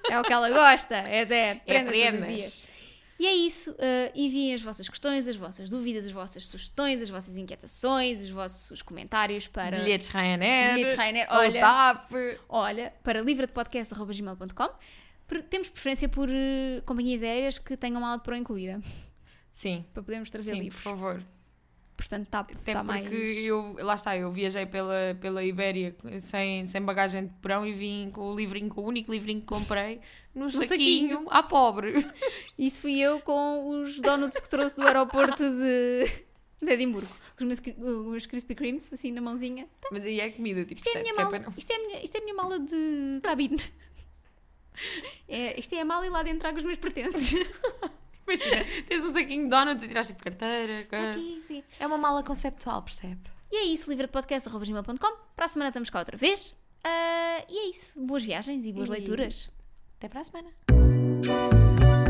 Speaker 1: É o que ela gosta. É até
Speaker 2: É
Speaker 1: prendas todos os dias.
Speaker 2: prendas.
Speaker 1: E é isso. eh, enviem as vossas questões, as vossas dúvidas, as vossas sugestões, as vossas inquietações, os vossos comentários para...
Speaker 2: Bilhetes Ryanair.
Speaker 1: Bilhetes Ryanair,
Speaker 2: ou
Speaker 1: olha.
Speaker 2: TAP.
Speaker 1: Olha, para livradepodcast.gmail.com Pre- Temos preferência por eh, companhias aéreas que tenham uma pro incluída,
Speaker 2: Sim.
Speaker 1: para podermos trazer
Speaker 2: Sim, por
Speaker 1: livros.
Speaker 2: favor.
Speaker 1: Portanto, está
Speaker 2: Até
Speaker 1: tá
Speaker 2: porque
Speaker 1: mais...
Speaker 2: eu, lá está, eu viajei pela, pela Ibéria sem, sem bagagem de porão e vim com o livrinho, com o único livrinho que comprei, no, saquinho,
Speaker 1: saquinho.
Speaker 2: à pobre.
Speaker 1: Isso fui eu com os donuts que trouxe do aeroporto de, de Edimburgo. Com os meus, cri- os meus Krispy Kremes, assim na mãozinha.
Speaker 2: Mas aí é comida, tipo,
Speaker 1: Isto é a
Speaker 2: percebes
Speaker 1: minha
Speaker 2: que é
Speaker 1: mala,
Speaker 2: para não-
Speaker 1: isto é a minha, isto é a minha mala de cabine. É, isto é a mala e lá dentro trago os meus pertences.
Speaker 2: Imagina, tens um saquinho de donuts e tiraste tipo carteira. coisa.
Speaker 1: Aqui, sim.
Speaker 2: É uma mala conceptual, percebe?
Speaker 1: E é isso, livradepodcast.com. Para a semana estamos cá outra vez. Ah, e é isso. Boas viagens e boas
Speaker 2: E-
Speaker 1: leituras.
Speaker 2: Até para a semana.